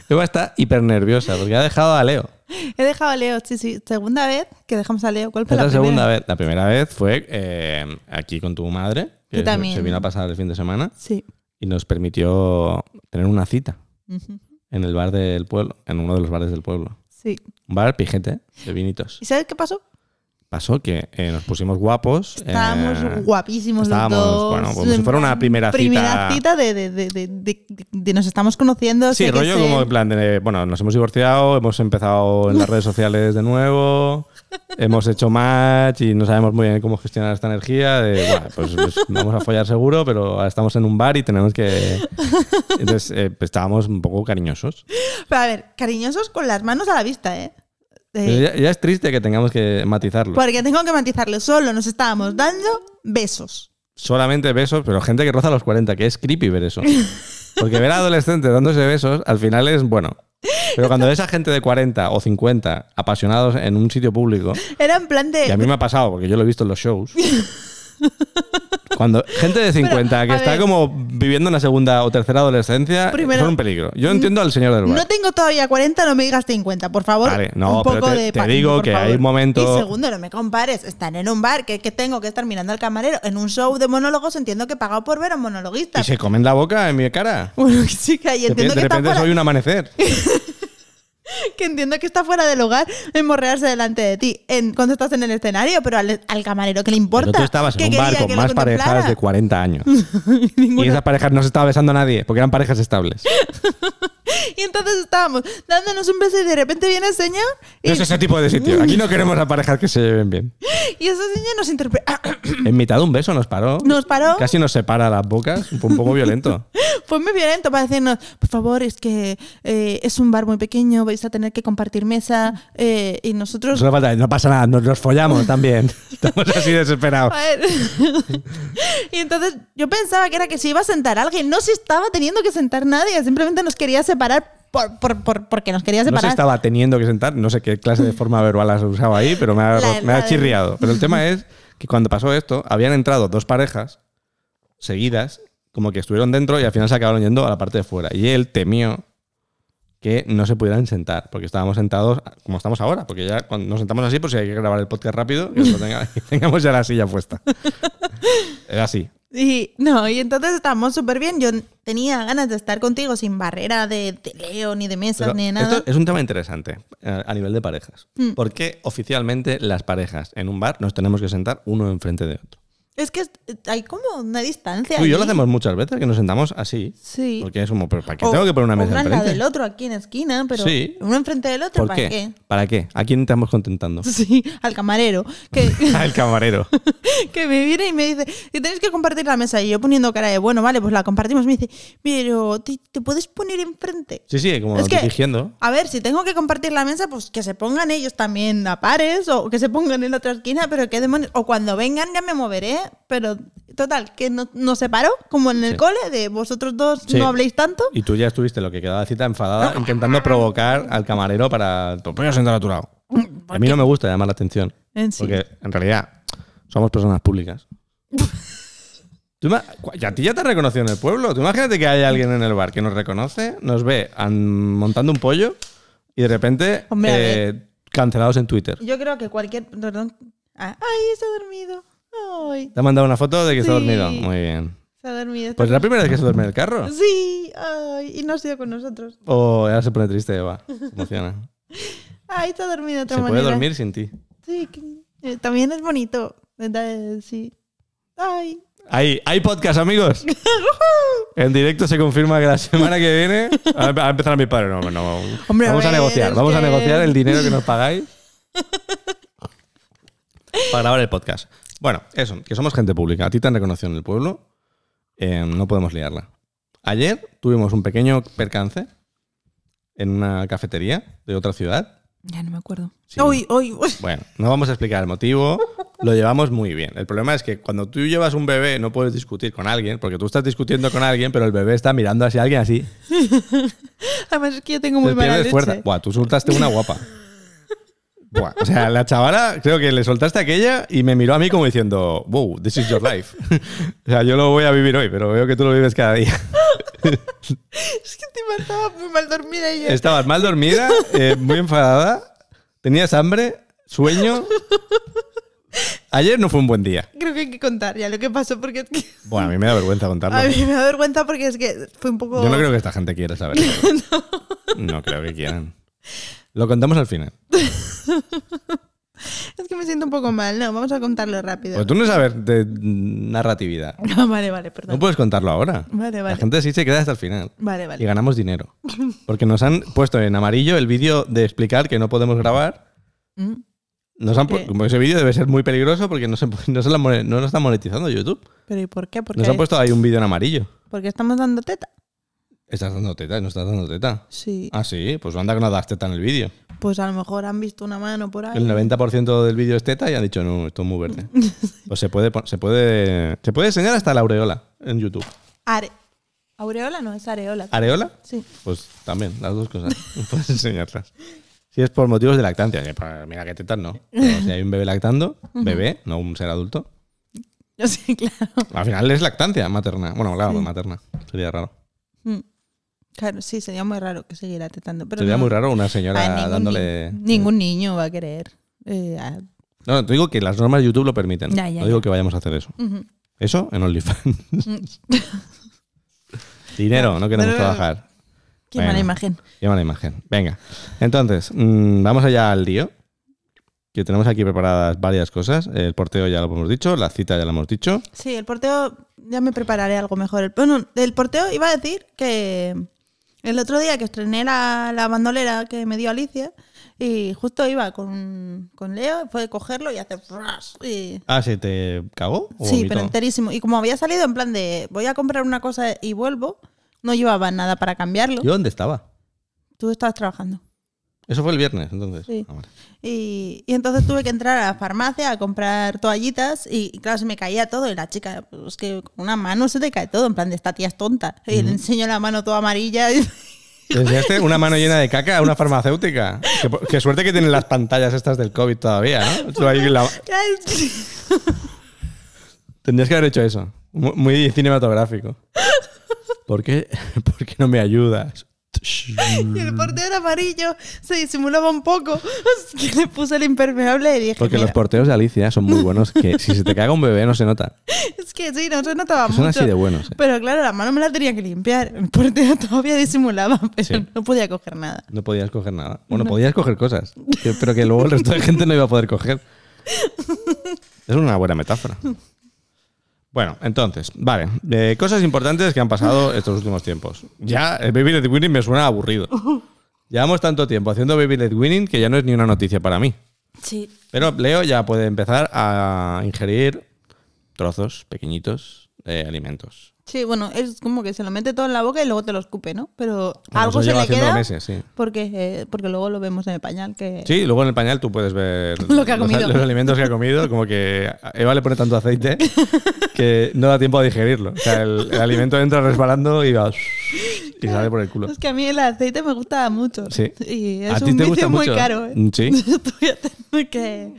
S1: Eva está hiper nerviosa porque ha dejado a Leo.
S2: He dejado a Leo, sí, sí. Segunda vez que dejamos a Leo. ¿Cuál
S1: Es
S2: fue
S1: la
S2: la primera?
S1: segunda vez. La primera vez fue eh, aquí con tu madre, que
S2: Que
S1: se-
S2: también.
S1: se vino a pasar el fin de semana
S2: Sí.
S1: y nos permitió tener una cita
S2: Ujú.
S1: en el bar del pueblo, en uno de los bares del pueblo.
S2: Sí.
S1: Un bar pijete de vinitos.
S2: ¿Y sabes qué pasó?
S1: Pasó que eh, nos pusimos guapos.
S2: Estábamos
S1: eh,
S2: guapísimos
S1: estábamos,
S2: los dos.
S1: bueno, como si fuera una primera cita.
S2: Primera cita de, de, de, de, de- de nos estamos conociendo.
S1: Sí,
S2: sé que
S1: rollo
S2: sé-
S1: como en plan de, bueno, nos hemos divorciado, hemos empezado en las redes sociales de nuevo, hemos hecho match y no sabemos muy bien cómo gestionar esta energía de, bueno, pues, pues vamos a follar seguro, pero ahora estamos en un bar y tenemos que... Entonces eh, pues, estábamos un poco cariñosos.
S2: Pero a ver, cariñosos con las manos a la vista, ¿eh? Eh,
S1: Pero ya, ya es triste que tengamos que matizarlo.
S2: porque tengo que matizarlo. Solo nos estábamos dando besos.
S1: Solamente besos, pero gente que roza los 40, que es creepy ver eso. Porque ver a adolescentes dándose besos, al final es bueno. Pero cuando ves a gente de 40 o 50 apasionados en un sitio público,
S2: Era en plan de.
S1: Y a mí me ha pasado, porque yo lo he visto en los shows. Cuando gente de 50
S2: Pero,
S1: que
S2: a
S1: está
S2: ver.
S1: como viviendo una segunda o tercera adolescencia
S2: Primero- mm,
S1: son un peligro. Yo entiendo al señor del bar.
S2: No tengo todavía 40, no me digas 50, por favor.
S1: Vale, no,
S2: un
S1: pero
S2: poco
S1: te-
S2: de
S1: te
S2: paciencia,
S1: digo
S2: por
S1: que hay
S2: favor.
S1: momentos-
S2: Y segundo, no me compares. Están en un bar, que, que tengo que estar mirando al camarero. En un show de monólogos entiendo que he pagado por ver a un monologuista.
S1: Y se comen la boca en mi cara.
S2: Bueno, chica, y
S1: De,
S2: entiendo
S1: de
S2: que está,
S1: repente
S2: fuera,
S1: soy un amanecer.
S2: que entiendo que está fuera de lugar en morrearse delante de ti en, cuando estás en el escenario, pero al, al camarero, ¿qué le importa?
S1: Pero tú estabas
S2: ¿Qué
S1: en un
S2: quería
S1: bar
S2: que
S1: con
S2: lo
S1: más parejas
S2: contemplara?
S1: de 40 años. y esas parejas no se estaba besando a nadie, porque eran parejas estables.
S2: Y entonces estábamos dándonos un beso y de repente viene el señor y,
S1: No es ese tipo de sitio. Aquí no queremos a parejas que se lleven bien.
S2: y ese señor nos interpreta.
S1: En mitad de un beso nos paró.
S2: Nos paró.
S1: Casi nos separa las bocas. Fue un poco violento.
S2: Fue Pues muy violento para decirnos, por favor, es que eh, es un bar muy pequeño, vais a tener que compartir mesa eh, y nosotros...
S1: Solo falta, no pasa nada, nos, nos follamos también. Estamos así desesperados.
S2: A ver. y entonces yo pensaba que era que se iba a sentar alguien, no se estaba teniendo que sentar nadie, simplemente nos quería separar por, por- por- porque nos quería
S1: No se
S2: separar.
S1: estaba teniendo que sentar, no sé qué clase de forma verbal has usado ahí, pero me ha,
S2: La-
S1: me ha
S2: la de-
S1: chirriado. Pero el tema es que cuando pasó esto, habían entrado dos parejas seguidas, como que estuvieron dentro y al final se acabaron yendo a la parte de fuera. Y él temió que no se pudieran sentar, porque estábamos sentados como estamos ahora, porque ya cuando nos sentamos así, por si hay que grabar el podcast rápido, que lo tenga- que tengamos ya la silla puesta. Era así.
S2: Y no, y entonces estábamos súper bien. Yo tenía ganas de estar contigo sin barrera de teleo, ni de mesas,
S1: Pero
S2: ni de nada.
S1: Esto es un tema interesante eh, a nivel de parejas.
S2: Mm.
S1: ¿Por qué oficialmente las parejas en un bar nos tenemos que sentar uno enfrente de otro?
S2: Es que es- hay como una distancia.
S1: Tú y yo lo
S2: ahí.
S1: hacemos muchas veces, que nos sentamos así.
S2: Sí.
S1: Porque es como, ¿pero ¿para qué
S2: O-
S1: tengo que poner una
S2: o
S1: mesa
S2: uno al lado
S1: enfrente?
S2: del otro aquí en esquina, pero
S1: Sí.
S2: uno enfrente del otro,
S1: ¿Por
S2: ¿para qué?
S1: ¿Para qué? ¿A quién estamos contentando?
S2: Sí, al camarero. Que,
S1: Al camarero.
S2: que me viene y me dice, que tenéis que compartir la mesa. Y yo poniendo cara de, bueno, vale, pues la compartimos. Me dice, pero te, te puedes poner enfrente.
S1: Sí, sí, como
S2: Es que-
S1: dirigiendo.
S2: A ver, si tengo que compartir la mesa, pues que se pongan ellos también a pares o que se pongan en la otra esquina, pero qué demonios. O cuando vengan ya me moveré, pero total, que no- nos separó, como en el
S1: Sí.
S2: cole, de vosotros dos
S1: Sí.
S2: no habléis tanto.
S1: Y tú ya estuviste lo que quedaba de cita enfadada intentando provocar al camarero para. Te voy a sentar a tu lado.
S2: Mm,
S1: A mí no me gusta llamar la atención.
S2: En sí.
S1: Porque en realidad somos personas públicas. Tú ima- y a ti ya te reconoció en el pueblo. Tú imagínate que hay alguien en el bar que nos reconoce, nos ve an- montando un pollo y de repente
S2: Hombre, a
S1: eh, cancelados en Twitter.
S2: Yo creo que cualquier. Perdón. Ah, ay, se ha dormido. Ay,
S1: Te ha mandado una foto de que está
S2: Sí.
S1: dormido. Muy bien.
S2: se ha dormido. está
S1: Pues es la primera vez que se duerme en el carro.
S2: Sí, ay, y no ha sido con nosotros.
S1: O ahora se pone triste, Eva. Se emociona.
S2: Ay, está dormido de otra
S1: Se puede
S2: manera.
S1: dormir sin ti.
S2: Sí, que- eh, también es bonito. Eh, Sí. Ay.
S1: Hay, hay podcast, amigos. En directo se confirma que la semana que viene a, a empezar a mi padre. No, no.
S2: Hombre, a
S1: vamos a,
S2: ver,
S1: negociar,
S2: es
S1: vamos a
S2: que-
S1: negociar el dinero que nos pagáis para grabar el podcast. Bueno, eso, que somos gente pública. A ti te han reconocido en el pueblo. eh, no podemos liarla. Ayer tuvimos un pequeño percance en una cafetería de otra ciudad.
S2: Ya no me acuerdo.
S1: Sí.
S2: Uy, uy, uy.
S1: Bueno, no vamos a explicar el motivo. Lo llevamos muy bien. El problema es que cuando tú llevas un bebé no puedes discutir con alguien, porque tú estás discutiendo con alguien, pero el bebé está mirando hacia alguien así.
S2: Además es que yo tengo muy
S1: Te
S2: mala
S1: pierdes
S2: leche.
S1: fuerza. Buah, tú soltaste una guapa. Buah, o sea, la chavala, creo que le soltaste aquella y me miró a mí como diciendo, wow, this is your life. o sea, yo lo voy a vivir hoy, pero veo que tú lo vives cada día.
S2: Es que encima estaba muy mal dormida y yo.
S1: Estabas mal dormida, eh, muy enfadada, tenías hambre, sueño. Ayer no fue un buen día.
S2: Creo que hay que contar ya lo que pasó porque es que.
S1: Bueno, a mí me da vergüenza contarlo.
S2: A mí me da vergüenza porque es que fue un poco.
S1: Yo no creo que esta gente quiera saber. no. creo que quieran. Lo contamos al final.
S2: Es que me siento un poco mal. No, vamos a contarlo rápido.
S1: Pues tú no sabes de narratividad.
S2: No, vale, vale, perdón.
S1: No puedes contarlo ahora.
S2: Vale,
S1: La
S2: vale.
S1: gente sí se queda hasta el final.
S2: Vale,
S1: Y
S2: vale.
S1: ganamos dinero. Porque nos han puesto en amarillo el vídeo de explicar que no podemos grabar.
S2: Mm.
S1: Nos han pu-
S2: Eh.
S1: como ese vídeo debe ser muy peligroso porque no, se, no, se la mo- no lo está monetizando YouTube.
S2: ¿Pero y por qué? Porque,
S1: Nos han puesto ahí un vídeo en amarillo.
S2: porque estamos dando teta.
S1: Estás dando teta, no estás dando teta.
S2: Sí.
S1: Ah, sí, pues anda que no das teta en el vídeo.
S2: Pues a lo mejor han visto una mano por ahí.
S1: El 90% del vídeo es teta y han dicho, no, esto es muy verde. Pues se puede, pon- se puede, se puede enseñar hasta la aureola en YouTube.
S2: Are- Aureola no, es areola.
S1: ¿Areola?
S2: sí.
S1: Pues también, las dos cosas. Puedes enseñarlas. Si es por motivos de lactancia, que para- mira que tetas no. Pero si hay un bebé lactando, bebé, no un ser adulto.
S2: Yo sí, claro.
S1: Al final es lactancia materna. Bueno, claro, materna. Sería raro.
S2: Mm. Claro, sí, sería muy raro que siguiera tetando. Pero
S1: Sería
S2: no.
S1: muy raro una
S2: Ah,
S1: señora
S2: ningún
S1: dándole.
S2: ni- ningún niño va a querer. eh, a-
S1: No, no, te digo que las normas de YouTube lo permiten.
S2: Ya, ya,
S1: no digo
S2: ya.
S1: que vayamos a hacer eso.
S2: Ujú.
S1: Eso en OnlyFans. Dinero, no queremos
S2: No, no, no.
S1: trabajar.
S2: Qué
S1: Bueno.
S2: mala imagen.
S1: Qué mala imagen. Venga. Entonces, mm, vamos allá al lío. Que tenemos aquí preparadas varias cosas. El porteo ya lo hemos dicho, la cita ya la hemos dicho.
S2: Sí, el porteo, ya me prepararé algo mejor. El, bueno, del porteo iba a decir que el otro día que estrené la, la bandolera que me dio Alicia, y justo iba con, con Leo, fue cogerlo y hacer flash, y-
S1: Ah, ¿se te cagó? ¿O
S2: Sí,
S1: vomitó?
S2: pero enterísimo. Y como había salido en plan de voy a comprar una cosa y vuelvo, no llevaba nada para cambiarlo.
S1: ¿Yo dónde estaba?
S2: Tú estabas trabajando.
S1: Eso fue el viernes, entonces.
S2: Sí.
S1: Ah, vale.
S2: Y, y entonces tuve que entrar a la farmacia a comprar toallitas y, y claro, se me caía todo. Y la chica, pues que con una mano se te cae todo, en plan de esta tía es tonta. Y le enseño la mano toda amarilla. y-
S1: ¿Te enseñaste una mano llena de caca a una farmacéutica? Qué, po- qué suerte que tienen las pantallas estas del COVID todavía, ¿no? Tú ahí la- Tendrías que haber hecho eso. Mu- Muy cinematográfico. ¿Por qué, ¿Por qué no me ayudas?
S2: Y el portero amarillo se disimulaba un poco. Que le puse el impermeable y dije.
S1: Porque los
S2: "Mira,
S1: porteos de Alicia son muy buenos, que si se te caga un bebé no se nota.
S2: Es que sí, no se notaba
S1: Que
S2: mucho.
S1: son así de buenos, eh.
S2: Pero claro, la mano me la tenía que limpiar. El portero todavía disimulaba, pero
S1: Sí.
S2: no podía coger nada.
S1: No podías coger nada. Bueno, podías coger cosas, que- pero que luego el resto de gente no iba a poder coger. Es una buena metáfora. Bueno, entonces, vale. eh, cosas importantes que han pasado estos últimos tiempos. Ya el Baby Led Winning me suena aburrido. Llevamos tanto tiempo haciendo Baby Led Winning que ya no es ni una noticia para mí.
S2: Sí.
S1: Pero Leo ya puede empezar a ingerir trozos pequeñitos de alimentos.
S2: Sí, bueno, es como que se lo mete todo en la boca y luego te lo escupe, ¿no? Pero
S1: Bueno,
S2: algo
S1: eso
S2: se
S1: lleva
S2: le
S1: haciendo
S2: queda.
S1: meses, sí.
S2: porque, eh, porque luego lo vemos en el pañal que.
S1: Sí, luego en el pañal tú puedes ver
S2: Lo que ha
S1: los-
S2: comido.
S1: Los, alimentos que ha comido, como que a Eva le pone tanto aceite que no da tiempo a digerirlo. O sea, el, el alimento entra resbalando y va y sale por el culo.
S2: Es que a mí el aceite me gusta mucho.
S1: Sí.
S2: Y
S1: ¿A
S2: es
S1: ti
S2: un
S1: te gusta
S2: vicio muy
S1: mucho? Mm,
S2: caro. ¿eh?
S1: Sí.
S2: Tú ya tengo que,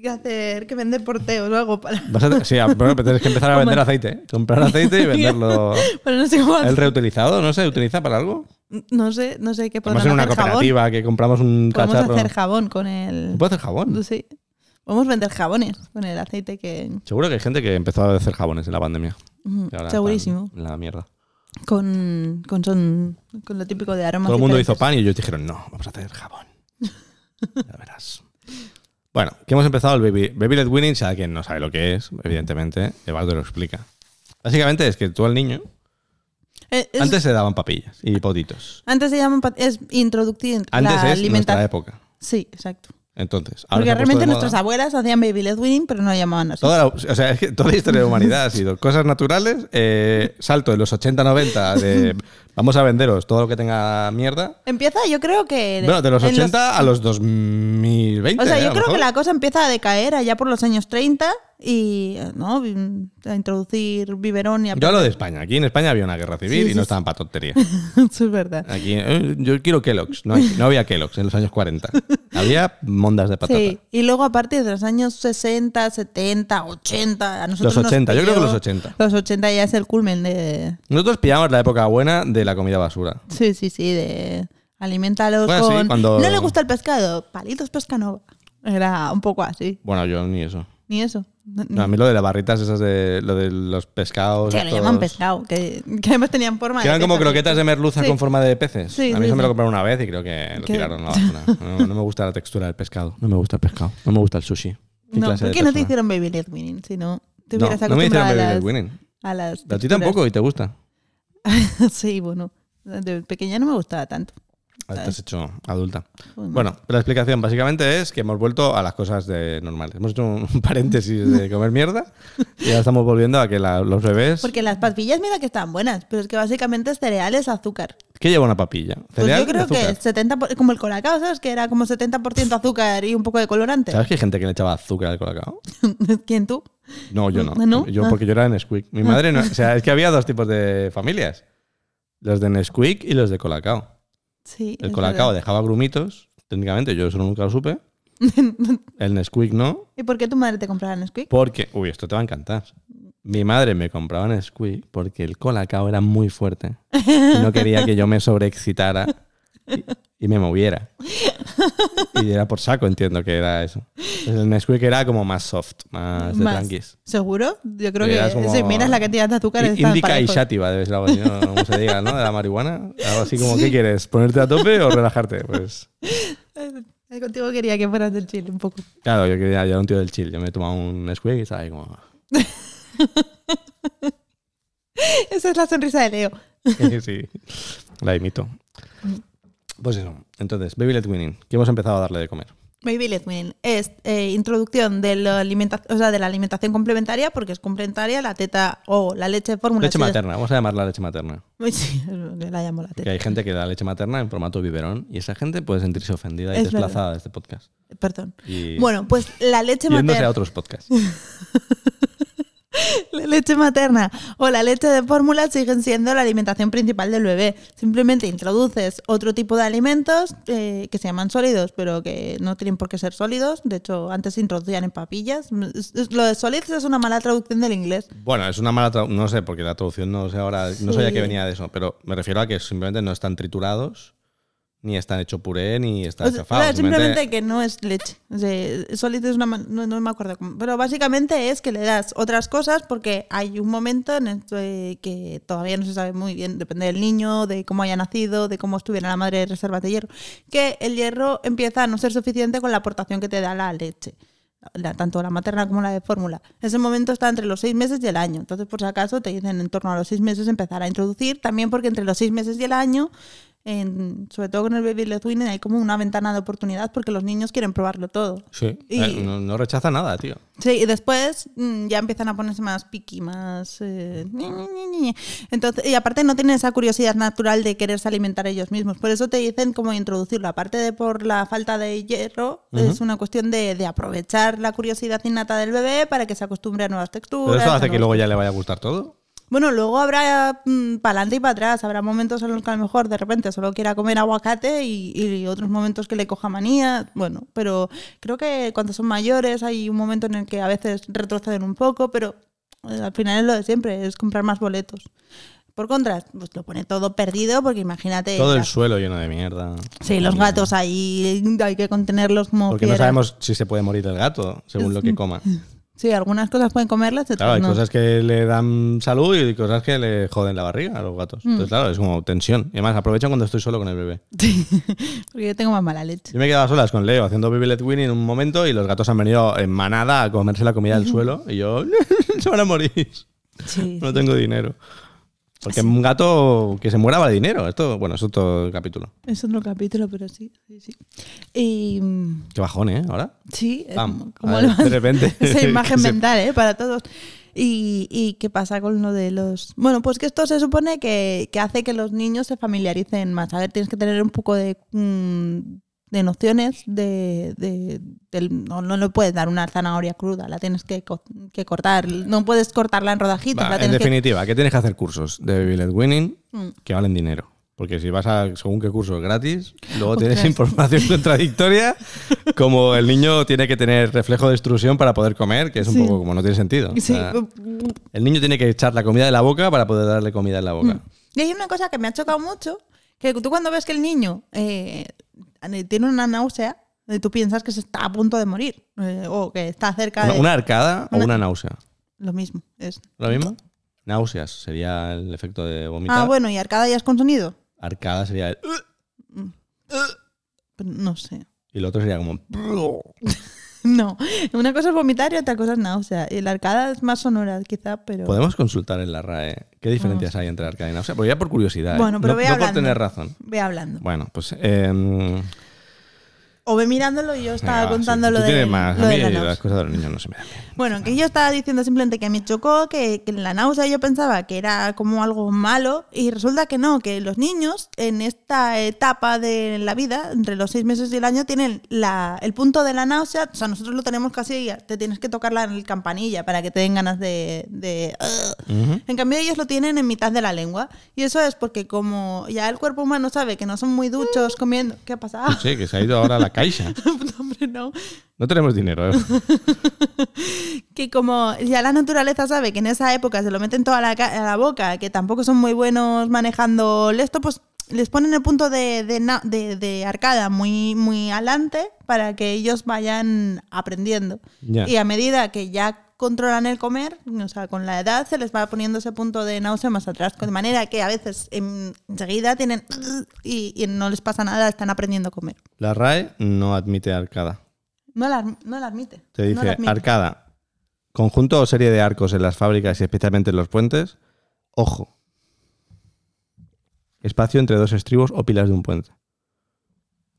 S2: que hacer, que vender porteos o algo para.
S1: Vas a- sí, a- bueno, pero tienes que empezar a vender aceite. ¿eh? Comprar aceite y venderlo.
S2: Bueno, no sé cómo.
S1: ¿El reutilizado? ¿No se utiliza para algo?
S2: No sé, no sé qué
S1: Vamos
S2: podrán
S1: en una
S2: hacer jabón.
S1: cooperativa que compramos un
S2: Podemos
S1: cacharro.
S2: hacer jabón Pues con el.
S1: ¿Puedo hacer jabón?
S2: Sí. Podemos vender jabones con el aceite que.
S1: Seguro que hay gente que empezó a hacer jabones en la pandemia.
S2: Mm,
S1: que ahora
S2: Segurísimo.
S1: están en La mierda.
S2: Con, con, son, con lo típico de aromas.
S1: Todo el mundo hizo
S2: diferentes.
S1: pan y ellos dijeron, no, vamos a hacer jabón. Ya verás. Bueno, que hemos empezado el Baby, baby Led Winning. Si alguien no sabe lo que es, evidentemente, Eduardo lo explica. Básicamente es que tú al niño,
S2: Eh, es- antes,
S1: antes se daban papillas y potitos.
S2: se llaman. pat- Es introducir
S1: Antes
S2: la
S1: es nuestra
S2: alimentación.
S1: época.
S2: Sí, exacto.
S1: Entonces, ahora se
S2: Porque
S1: ha puesto
S2: realmente
S1: de
S2: nuestras
S1: moda.
S2: abuelas hacían baby led winning, pero no la llamaban así.
S1: Toda la- o sea, es que toda la historia de la humanidad ha sido cosas naturales, eh, salto de los 80-90 de vamos a venderos todo lo que tenga mierda.
S2: Empieza, yo creo que.
S1: Bueno, de los
S2: en
S1: 80 a los 2020.
S2: O sea,
S1: eh, a
S2: yo
S1: lo
S2: creo que
S1: mejor.
S2: la cosa empieza a decaer allá por los años 30 y, eh, ¿no? Mm, A introducir biberón y a...
S1: Yo hablo de España. Aquí en España había una guerra civil
S2: pues. Sí,
S1: y
S2: sí,
S1: no
S2: sí.
S1: estaban para tonterías.
S2: Eso es verdad.
S1: Aquí, eh, yo quiero Kellogg's. No, hay- no había Kellogg's en los años 40. Había mondas de patata.
S2: Sí, y luego a partir de los años 60, 70, 80, a nosotros
S1: Los 80,
S2: nos
S1: yo creo que
S2: pilló-
S1: los 80.
S2: Los 80 ya es el culmen de...
S1: Nosotros pillamos la época buena de la comida basura.
S2: Sí, sí, sí, de... Aliméntalos
S1: Bueno, sí,
S2: con...
S1: cuando-
S2: No le gusta el pescado, palitos pescanova. Era un poco así,
S1: Bueno, yo ni eso.
S2: ni eso. No-
S1: No, a mí lo de las barritas esas de lo de los pescados.
S2: que lo
S1: estos,
S2: llaman pescado, que, que además tenían forma
S1: Que eran como
S2: pezas.
S1: croquetas de merluza
S2: Sí.
S1: con forma de peces.
S2: Sí,
S1: a mí
S2: sí,
S1: eso me
S2: sí.
S1: lo compraron una vez y creo que lo
S2: ¿Qué?
S1: tiraron a la basura. No, no me gusta la textura del pescado. No me gusta el pescado. No me gusta el sushi. ¿Qué
S2: No,
S1: clase
S2: ¿por
S1: de
S2: qué no te
S1: persona?
S2: hicieron Baby Led Winning? Si no, te
S1: No,
S2: hubieras
S1: no me hicieron
S2: acostumbrado
S1: Baby
S2: a
S1: Led
S2: las,
S1: Winning.
S2: a las
S1: A ti
S2: texturas.
S1: tampoco y te gusta.
S2: sí, bueno, de pequeña no me gustaba tanto.
S1: Ah, Te has hecho adulta.
S2: Bueno.
S1: Bueno, la explicación básicamente es que hemos vuelto a las cosas de normales. Hemos hecho un paréntesis de comer mierda y ahora estamos volviendo a que la- los bebés.
S2: Porque las papillas, mira que están buenas, pero es que básicamente es cereales, azúcar.
S1: ¿Qué lleva una papilla?
S2: Pues
S1: ¿Cereal
S2: yo creo
S1: y azúcar?
S2: que 70, por- como el colacao, ¿sabes? Que era como 70% azúcar y un poco de colorante.
S1: ¿Sabes que hay gente que le echaba azúcar al colacao?
S2: ¿Quién tú?
S1: No, yo no.
S2: ¿No?
S1: Yo
S2: Ah.
S1: porque yo era de Nesquik. Mi madre no. O sea, es que había dos tipos de familias. Los de Nesquik y los de colacao.
S2: Sí.
S1: El
S2: es
S1: colacao
S2: verdad.
S1: dejaba grumitos, técnicamente, yo eso nunca lo supe. El Nesquik no,
S2: ¿Y por qué tu madre te compraba Nesquik?
S1: Porque, uy, esto te va a encantar. Mi madre me compraba un squeak porque el colacao era muy fuerte. Y no quería que yo me sobreexcitara y, y me moviera. Y era por saco, entiendo que era eso. Entonces, el Nesquik era como más soft, más de
S2: Más.
S1: tranquis.
S2: ¿Seguro? Yo creo
S1: Eras
S2: que
S1: como-
S2: si miras la cantidad de azúcar
S1: Í-
S2: están
S1: Indica y
S2: parejos.
S1: Shativa, debe ser algo así, ¿no? como se diga, ¿no? De la marihuana. Algo así como, ¿qué quieres? ¿Ponerte a tope o relajarte? Pues,
S2: Ay, Contigo quería que fueras del Chile un poco.
S1: claro, yo quería, yo era un tío del chill. Yo me tomaba un squeak y estaba ahí como...
S2: Esa es la sonrisa de Leo.
S1: sí, la imito. Pues eso. Entonces, Baby Let Winning, que hemos empezado a darle de comer.
S2: Baby Led Winning es eh, introducción de la, alimenta- o sea, de la alimentación complementaria, porque es complementaria la teta o la leche de fórmula.
S1: Leche
S2: si
S1: materna, vamos a llamarla leche materna.
S2: es- Sí, yo la llamo la
S1: Porque
S2: teta.
S1: hay gente que da leche materna en formato biberón y esa gente puede sentirse ofendida y
S2: Es verdad.
S1: desplazada de este podcast.
S2: Perdón.
S1: Y
S2: Bueno, pues la leche
S1: yéndose a
S2: materna.
S1: otros podcasts.
S2: La leche materna o la leche de fórmula siguen siendo la alimentación principal del bebé. Simplemente introduces otro tipo de alimentos eh, que se llaman sólidos, pero que no tienen por qué ser sólidos. De hecho, antes se introducían en papillas. Es- es- Lo de sólidos es una mala traducción del inglés.
S1: Bueno, es una mala traducción, no sé, porque la traducción no sé ahora, no sabía
S2: Sí.
S1: que venía de eso, pero me refiero a que simplemente no están triturados, ni están hecho puré, ni están
S2: O sea,
S1: chafados.
S2: claro, Pues, simplemente que no es leche. O sea, sólido es una. man- No, no me acuerdo cómo. Pero básicamente es que le das otras cosas porque hay un momento en el que que todavía no se sabe muy bien, depende del niño, de cómo haya nacido, de cómo estuviera la madre de reserva de hierro, que el hierro empieza a no ser suficiente con la aportación que te da la leche. la- tanto la materna como la de fórmula. Ese momento está entre los seis meses y el año. Entonces, por si acaso, te dicen en torno a los seis meses empezar a introducir, también porque entre los seis meses y el año, en- sobre todo con el baby led weaning, hay como una ventana de oportunidad porque los niños quieren probarlo todo.
S1: Sí,
S2: Y-
S1: eh, no, no rechaza nada, tío.
S2: Sí, y después mm, ya empiezan a ponerse más piqui, más... eh, ñe, ñe, ñe, ñe, ñe. Entonces, y aparte no tienen esa curiosidad natural de quererse alimentar ellos mismos. Por eso te dicen cómo introducirlo. Aparte de por la falta de hierro, es una cuestión de, de aprovechar la curiosidad innata del bebé para que se acostumbre a nuevas texturas.
S1: Pero eso
S2: a
S1: hace que
S2: nuevos-
S1: luego ya le vaya a gustar todo.
S2: Bueno, luego habrá para adelante y para atrás. Habrá momentos en los que a lo mejor de repente solo quiera comer aguacate y, y otros momentos que le coja manía. Bueno, pero creo que cuando son mayores hay un momento en el que a veces retroceden un poco, pero eh, al final es lo de siempre, es comprar más boletos. Por contra, pues lo pone todo perdido porque imagínate...
S1: Todo el
S2: las-
S1: suelo lleno de mierda.
S2: Sí, los gatos ahí hay que contenerlos como
S1: Porque no
S2: fieras.
S1: sabemos si se puede morir el gato, según lo que coma.
S2: Sí, algunas cosas pueden comerlas, otras
S1: Claro, hay
S2: Mm. no.
S1: cosas que le dan salud y cosas que le joden la barriga a los gatos.
S2: Mm.
S1: Entonces, claro, es como tensión. Y además, aprovechan cuando estoy solo con el bebé.
S2: Porque yo tengo más mala leche.
S1: Yo me he quedado a solas con Leo haciendo baby let win en un momento y los gatos han venido en manada a comerse la comida del suelo y yo, se van a morir.
S2: Sí.
S1: No tengo dinero. Porque un gato que se muera vale dinero. Esto, bueno, eso es otro capítulo.
S2: Es otro capítulo, pero sí, sí, sí. Y mm,
S1: Qué bajón, ¿eh? Ahora.
S2: sí, es
S1: Pam.
S2: como- como
S1: Ah,
S2: lo-
S1: de repente.
S2: Esa imagen
S1: Que se-
S2: mental, ¿eh? Para todos. Y, y qué pasa con lo de los... Bueno, pues que esto se supone que, que hace que los niños se familiaricen más. A ver, tienes que tener un poco de... mm, de nociones de, de- del- no, no le puedes dar una zanahoria cruda, la tienes que, co- que cortar, no puedes cortarla en rodajitas,
S1: Va,
S2: la
S1: en
S2: tienes que
S1: definitiva, que tienes que hacer cursos de baby let winning
S2: Mm.
S1: que valen dinero. Porque si vas a según qué cursos gratis, luego tienes
S2: Ostras.
S1: información contradictoria, como el niño tiene que tener reflejo de extrusión para poder comer, que es un
S2: Sí.
S1: poco como no tiene sentido. O
S2: Sí,
S1: sea, el niño tiene que echar la comida de la boca para poder darle comida en la boca.
S2: Y hay una cosa que me ha chocado mucho, que tú cuando ves que el niño eh, tiene una náusea, eh, tú piensas que se está a punto de morir, eh, o que está cerca
S1: Una,
S2: de...
S1: una arcada o
S2: Una-
S1: una náusea.
S2: Lo mismo, es.
S1: ¿Lo mismo? Náuseas sería el efecto de vomitar.
S2: Ah, bueno, ¿y arcada ya es con sonido?
S1: Arcada sería el...
S2: Pero Pues No sé.
S1: Y el otro sería como...
S2: No, una cosa es vomitar y otra cosa es náusea. Y la arcada es más sonora, quizá, pero...
S1: Podemos consultar en la RAE ¿eh? qué diferencias hay entre arcada y náusea. Porque ya por curiosidad. ¿eh?
S2: Bueno, pero
S1: no,
S2: voy
S1: no por
S2: hablando.
S1: tener razón.
S2: Ve hablando.
S1: Bueno, pues... em,
S2: O ve mirándolo y yo estaba
S1: venga, va,
S2: contando
S1: sí.
S2: lo
S1: Tú
S2: de,
S1: tienes más.
S2: lo
S1: A
S2: de
S1: mí
S2: la náusea.
S1: las cosas de los niños no se me dan bien.
S2: Bueno, que yo estaba diciendo simplemente que me chocó, que, que la náusea yo pensaba que era como algo malo y resulta que no, que los niños en esta etapa de la vida, entre los seis meses y el año, tienen la, el punto de la náusea, o sea, nosotros lo tenemos casi, te tienes que tocar la campanilla para que te den ganas de... de- En cambio ellos lo tienen en mitad de la lengua y eso es porque como ya el cuerpo humano sabe que no son muy duchos comiendo... ¿Qué ha pasado?
S1: Sí, que se ha ido ahora a la caixa.
S2: No, hombre, no.
S1: No tenemos dinero, ¿eh?
S2: que como ya la naturaleza sabe que en esa época se lo meten toda la, ca- a la boca, que tampoco son muy buenos manejando esto, pues les ponen el punto de, de, na- de- de arcada muy, muy adelante para que ellos vayan aprendiendo.
S1: Ya.
S2: Y a medida que ya controlan el comer, o sea, con la edad se les va poniendo ese punto de náusea más atrás, de manera que a veces en- enseguida tienen y, y no les pasa nada, están aprendiendo a comer.
S1: La RAE no admite arcada.
S2: No la, no la admite.
S1: Te
S2: no la
S1: dice
S2: admite.
S1: arcada. Conjunto o serie de arcos en las fábricas y especialmente en los puentes. Ojo. Espacio entre dos estribos o pilas de un puente. O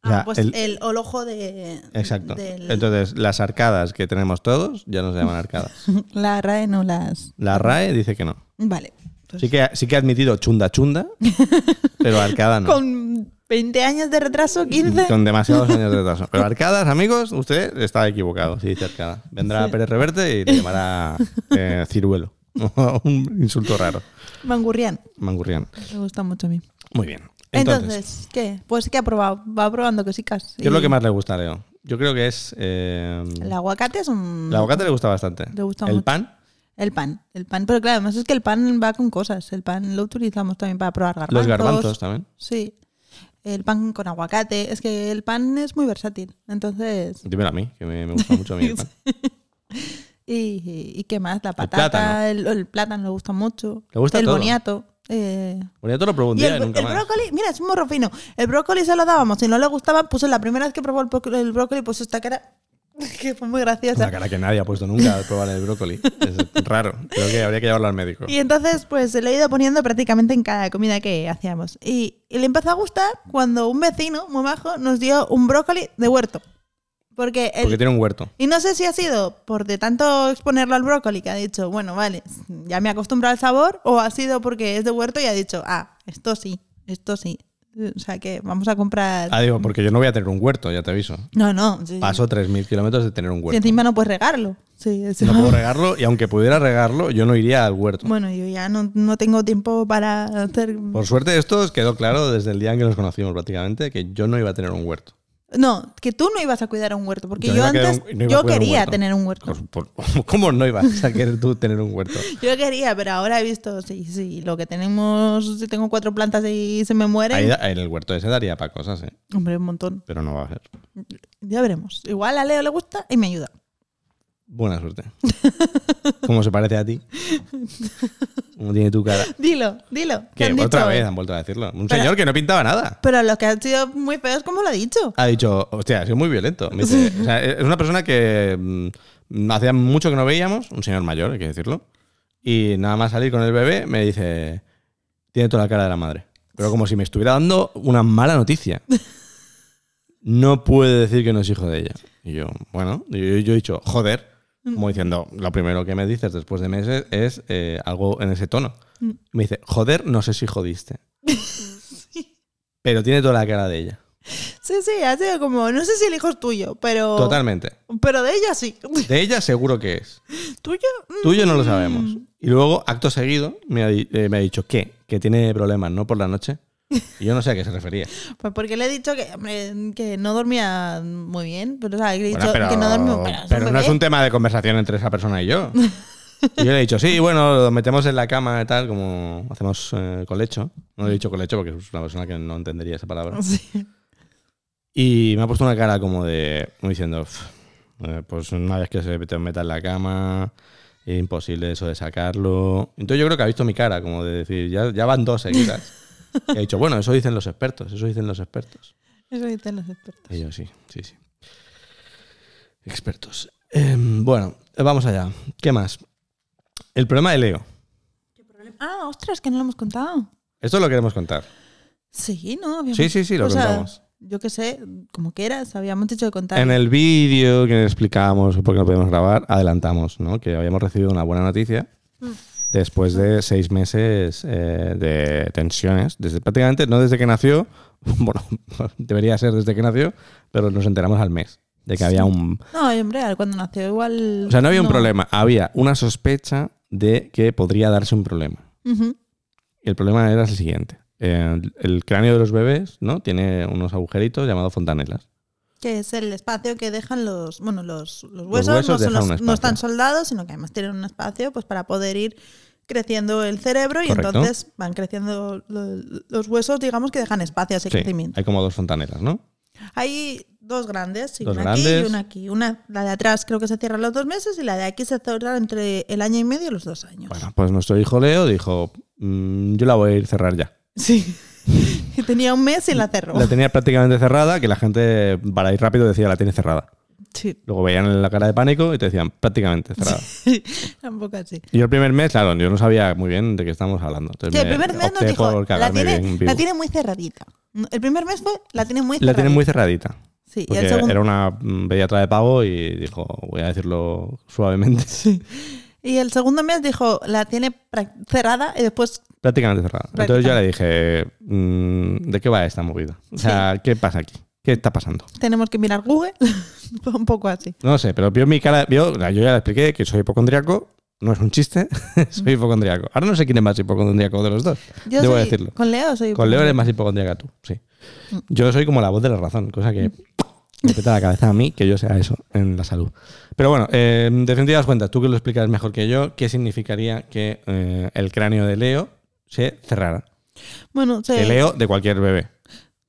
S2: Ah,
S1: sea,
S2: pues el,
S1: el-
S2: o el ojo de.
S1: Exacto.
S2: del-
S1: Entonces, las arcadas que tenemos todos ya no se llaman arcadas.
S2: La RAE no las.
S1: La E. RAE dice que no.
S2: Vale. pues-
S1: Sí que, sí que ha admitido chunda chunda, pero arcada no.
S2: Con 20 años de retraso, 15.
S1: Mm, Con demasiados años de retraso. Pero arcadas, amigos, usted está equivocado si dice arcada. Vendrá Pérez Reverte y le llamará eh, ciruelo. Un insulto raro.
S2: Mangurrián.
S1: Mangurrián.
S2: Me gusta mucho a mí.
S1: Muy bien.
S2: Entonces,
S1: Entonces,
S2: ¿qué? Pues que ha probado. Va probando cositas.
S1: ¿qué es lo
S2: Y
S1: que más le gusta a Leo? Yo creo que es. eh,
S2: El aguacate es un.
S1: el aguacate le gusta bastante.
S2: Le gusta
S1: el
S2: mucho.
S1: pan.
S2: El pan. El pan. Pero claro, además es que el pan va con cosas. El pan lo utilizamos también para probar garbanzos.
S1: Los garbanzos también.
S2: Sí. El pan con aguacate. Es que el pan es muy versátil. Entonces.
S1: Dímelo a mí, que me, me gusta mucho a mí el pan.
S2: ¿Y, y qué más? La patata, el
S1: plátano.
S2: plátano, el, plátano le gusta mucho.
S1: Le gusta
S2: el
S1: todo.
S2: boniato. eh,
S1: Bueno, ya te lo
S2: y
S1: pregunté
S2: el,
S1: nunca
S2: el
S1: más.
S2: brócoli, mira, es un morro fino. El brócoli se lo dábamos. Si no le gustaba, puso la primera vez que probó el, bro- el brócoli, puso esta cara que fue muy
S1: Una
S2: graciosa.
S1: cara que nadie ha puesto nunca al probar el brócoli. Es raro. Creo que habría que llevarlo al médico.
S2: Y entonces, pues se lo he ido poniendo prácticamente en cada comida que hacíamos. Y, y le empezó a gustar cuando un vecino muy majo nos dio un brócoli de huerto. Porque el,
S1: Porque tiene un huerto.
S2: Y no sé si ha sido por de tanto exponerlo al brócoli que ha dicho, bueno, vale, ya me he acostumbrado al sabor, o ha sido porque es de huerto y ha dicho, ah, esto sí, esto sí. O sea que vamos a comprar.
S1: Ah, digo, porque yo no voy a tener un huerto, ya te aviso.
S2: No, no. sí.
S1: Paso 3.000 kilómetros de tener un
S2: Y
S1: huerto.
S2: encima no puedes regarlo. Sí, eso.
S1: No puedo regarlo y aunque pudiera regarlo, yo no iría al huerto.
S2: Bueno, yo ya no, no tengo tiempo para hacer.
S1: Por suerte esto os quedó claro desde el día en que nos conocimos prácticamente, que yo no iba a tener un huerto.
S2: No, que tú no ibas a cuidar a un huerto, porque
S1: Yo no
S2: yo,
S1: iba a quedar
S2: antes
S1: un- no iba a
S2: yo
S1: cuidar un
S2: quería
S1: huerto.
S2: tener un huerto.
S1: Por- por- ¿Cómo no ibas a querer tú tener un huerto?
S2: Yo quería, pero ahora he visto, sí, sí, lo que tenemos, si tengo cuatro plantas y se me
S1: Ahí
S2: mueren,
S1: da- en el huerto ese daría para cosas, ¿eh?
S2: hombre, un montón.
S1: pero no va a ser.
S2: Ya veremos. Igual a Leo le gusta y me ayuda.
S1: Buena suerte. ¿Cómo se parece a ti? ¿Cómo tiene tu cara?
S2: Dilo, dilo. ¿Qué
S1: Que
S2: han dicho
S1: otra
S2: hoy?
S1: vez han vuelto a decirlo. Un
S2: Pero-
S1: señor que no pintaba nada.
S2: Pero los que han sido muy feos, ¿cómo lo ha dicho?
S1: Ha dicho, hostia, ha sido muy violento. Me dice, o sea, es una persona que mm, hacía mucho que no veíamos, un señor mayor, hay que decirlo. Y nada más salir con el bebé, me dice, tiene toda la cara de la madre. Pero como si me estuviera dando una mala noticia. No puede decir que no es hijo de ella. Y yo, bueno, y yo, yo he dicho, joder. Como diciendo, lo primero que me dices después de meses es eh, algo en ese tono. Me dice, joder, no sé si jodiste. Pero tiene toda la cara de ella.
S2: Sí, sí, ha sido como, no sé si el hijo es tuyo, pero.
S1: Totalmente.
S2: Pero de ella sí.
S1: De ella seguro que es.
S2: ¿Tuyo? Mm.
S1: Tuyo no lo sabemos. Y luego, acto seguido, me ha, di- eh, me ha dicho ¿qué? que tiene problemas, ¿no? Por la noche. Y yo no sé a qué se refería.
S2: Pues porque le he dicho que, hombre, que no dormía muy bien. Pero, o sea, le he
S1: Bueno,
S2: dicho
S1: pero
S2: que no dormía. pero
S1: pero no es un tema de conversación entre esa persona y yo. Y yo le he dicho, sí, bueno, lo metemos en la cama y tal, como hacemos eh, colecho. No le he dicho colecho porque es una persona que no entendería esa palabra.
S2: bebé. Sí.
S1: Y me ha puesto una cara como de. como diciendo. "Uf, eh, Pues una vez que se te meta en la cama, es imposible eso de sacarlo. Entonces yo creo que ha visto mi cara, como de decir, ya, ya van dos seguidas. Y ha dicho, bueno, eso dicen los expertos, eso dicen los expertos.
S2: Eso dicen los expertos.
S1: Y yo, sí, sí, sí. Expertos. Em, bueno, eh, vamos allá. ¿Qué más? El problema de Leo.
S2: Ah, ostras, que no lo hemos contado.
S1: Esto lo queremos contar.
S2: Sí, ¿no? Habíamos-
S1: Sí, sí, sí, lo
S2: o sea,
S1: contamos.
S2: yo qué sé, como quieras, habíamos dicho de contar.
S1: En el vídeo que explicábamos por qué no podíamos grabar, adelantamos ¿no? que habíamos recibido una buena noticia después de seis meses eh, de tensiones. Desde, prácticamente no desde que nació, bueno, debería ser desde que nació, pero nos enteramos al mes de que había un...
S2: No, y, hombre, cuando nació igual.
S1: O sea, no había un problema, había una sospecha de que podría darse un problema.
S2: Ujú.
S1: Y el problema era el siguiente. El, el cráneo de los bebés ¿no? tiene unos agujeritos llamados fontanelas.
S2: Que es el espacio que dejan los, bueno, los, los
S1: Los
S2: huesos,
S1: huesos
S2: no, son
S1: dejan
S2: los-
S1: un espacio.
S2: no están soldados, sino que además tienen un espacio pues para poder ir creciendo el cerebro y
S1: Correcto.
S2: entonces van creciendo lo- los huesos, digamos que dejan espacio a ese
S1: Sí,
S2: crecimiento.
S1: hay como dos fontanelas, ¿no?
S2: Hay dos grandes, sí,
S1: Dos
S2: una aquí
S1: grandes.
S2: y una aquí. Una, la de atrás creo que se cierra a los dos meses y la de aquí se cierra entre el año y medio y los dos años.
S1: Bueno, pues nuestro hijo Leo dijo, "Mm, yo la voy a ir cerrar ya.
S2: Sí. Y tenía un mes y la cerró.
S1: La tenía prácticamente cerrada, que la gente para ir rápido decía, la tiene cerrada.
S2: Sí,
S1: Luego veían la cara de pánico y te decían, prácticamente cerrada.
S2: tampoco así.
S1: Y yo el primer mes, claro, yo no sabía muy bien de qué estábamos hablando. Entonces
S2: Sí, el
S1: me
S2: primer mes nos
S1: opté
S2: dijo,
S1: por
S2: la
S1: cagarme bien
S2: tiene,
S1: vivo.
S2: la tiene muy cerradita. El primer mes fue, la tiene muy
S1: La
S2: cerradita.
S1: tiene muy cerradita.
S2: Sí, y
S1: Porque
S2: el segundo,
S1: era una mm, pediatra de pago y dijo, voy a decirlo suavemente,
S2: y el segundo mes dijo, la tiene pra- cerrada y después,
S1: prácticamente cerrada. Entonces yo le dije, "Mm, ¿de qué va esta movida? O sea, ¿qué pasa aquí? ¿Qué está pasando?
S2: tenemos que mirar Google. Fue un poco así.
S1: No sé, pero vio mi cara. Vio, o sea, yo ya le expliqué que soy hipocondriaco No es un chiste, soy hipocondriaco. Ahora no sé quién es más hipocondriaco de los dos.
S2: Yo
S1: debo
S2: soy-
S1: decirlo.
S2: Con Leo soy.
S1: Con Leo eres más hipocondriaca tú, sí.
S2: Mm.
S1: Yo soy como la voz de la razón, cosa que me peta la cabeza a mí que yo sea eso en la salud. Pero bueno, eh, en definitivas cuentas, tú que lo explicas mejor que yo, ¿qué significaría que eh, el cráneo de Leo se cerrara?
S2: Bueno, se,
S1: De Leo de cualquier bebé.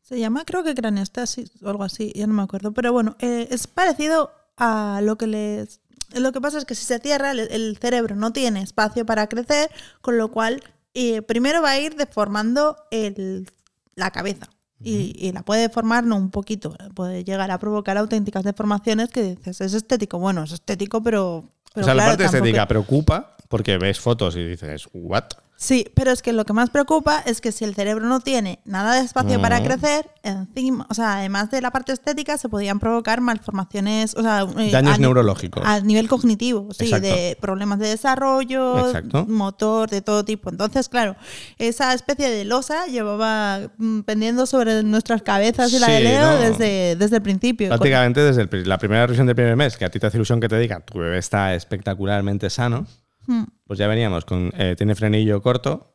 S2: se llama creo que craneostasis o algo así, ya no me acuerdo. Pero bueno, eh, es parecido a lo que les... Lo que pasa es que si se cierra, el, el cerebro no tiene espacio para crecer, con lo cual eh, primero va a ir deformando el, la cabeza. Y, y la puede deformar no un poquito, puede llegar a provocar auténticas deformaciones que dices, es estético. Bueno, es estético, pero...
S1: o
S2: pero
S1: sea, la
S2: claro,
S1: parte
S2: tampoco-
S1: estética preocupa porque ves fotos y dices, ¿what?
S2: Sí, pero es que lo que más preocupa es que si el cerebro no tiene nada de espacio
S1: No.
S2: para crecer, encima, o sea, además de la parte estética, se podían provocar malformaciones, o sea, eh,
S1: Daños
S2: a ni-
S1: neurológicos.
S2: A nivel cognitivo, sí,
S1: Exacto.
S2: de problemas de desarrollo,
S1: Exacto.
S2: motor, de todo tipo. Entonces, claro, esa especie de losa llevaba mm, pendiendo sobre nuestras cabezas y la de
S1: Sí,
S2: Leo
S1: no.
S2: desde, desde el principio.
S1: Prácticamente desde el pri- la primera revisión del primer mes, que a ti te hace ilusión que te diga, tu bebé está espectacularmente sano,
S2: Mm.
S1: pues ya veníamos con, eh, tiene frenillo corto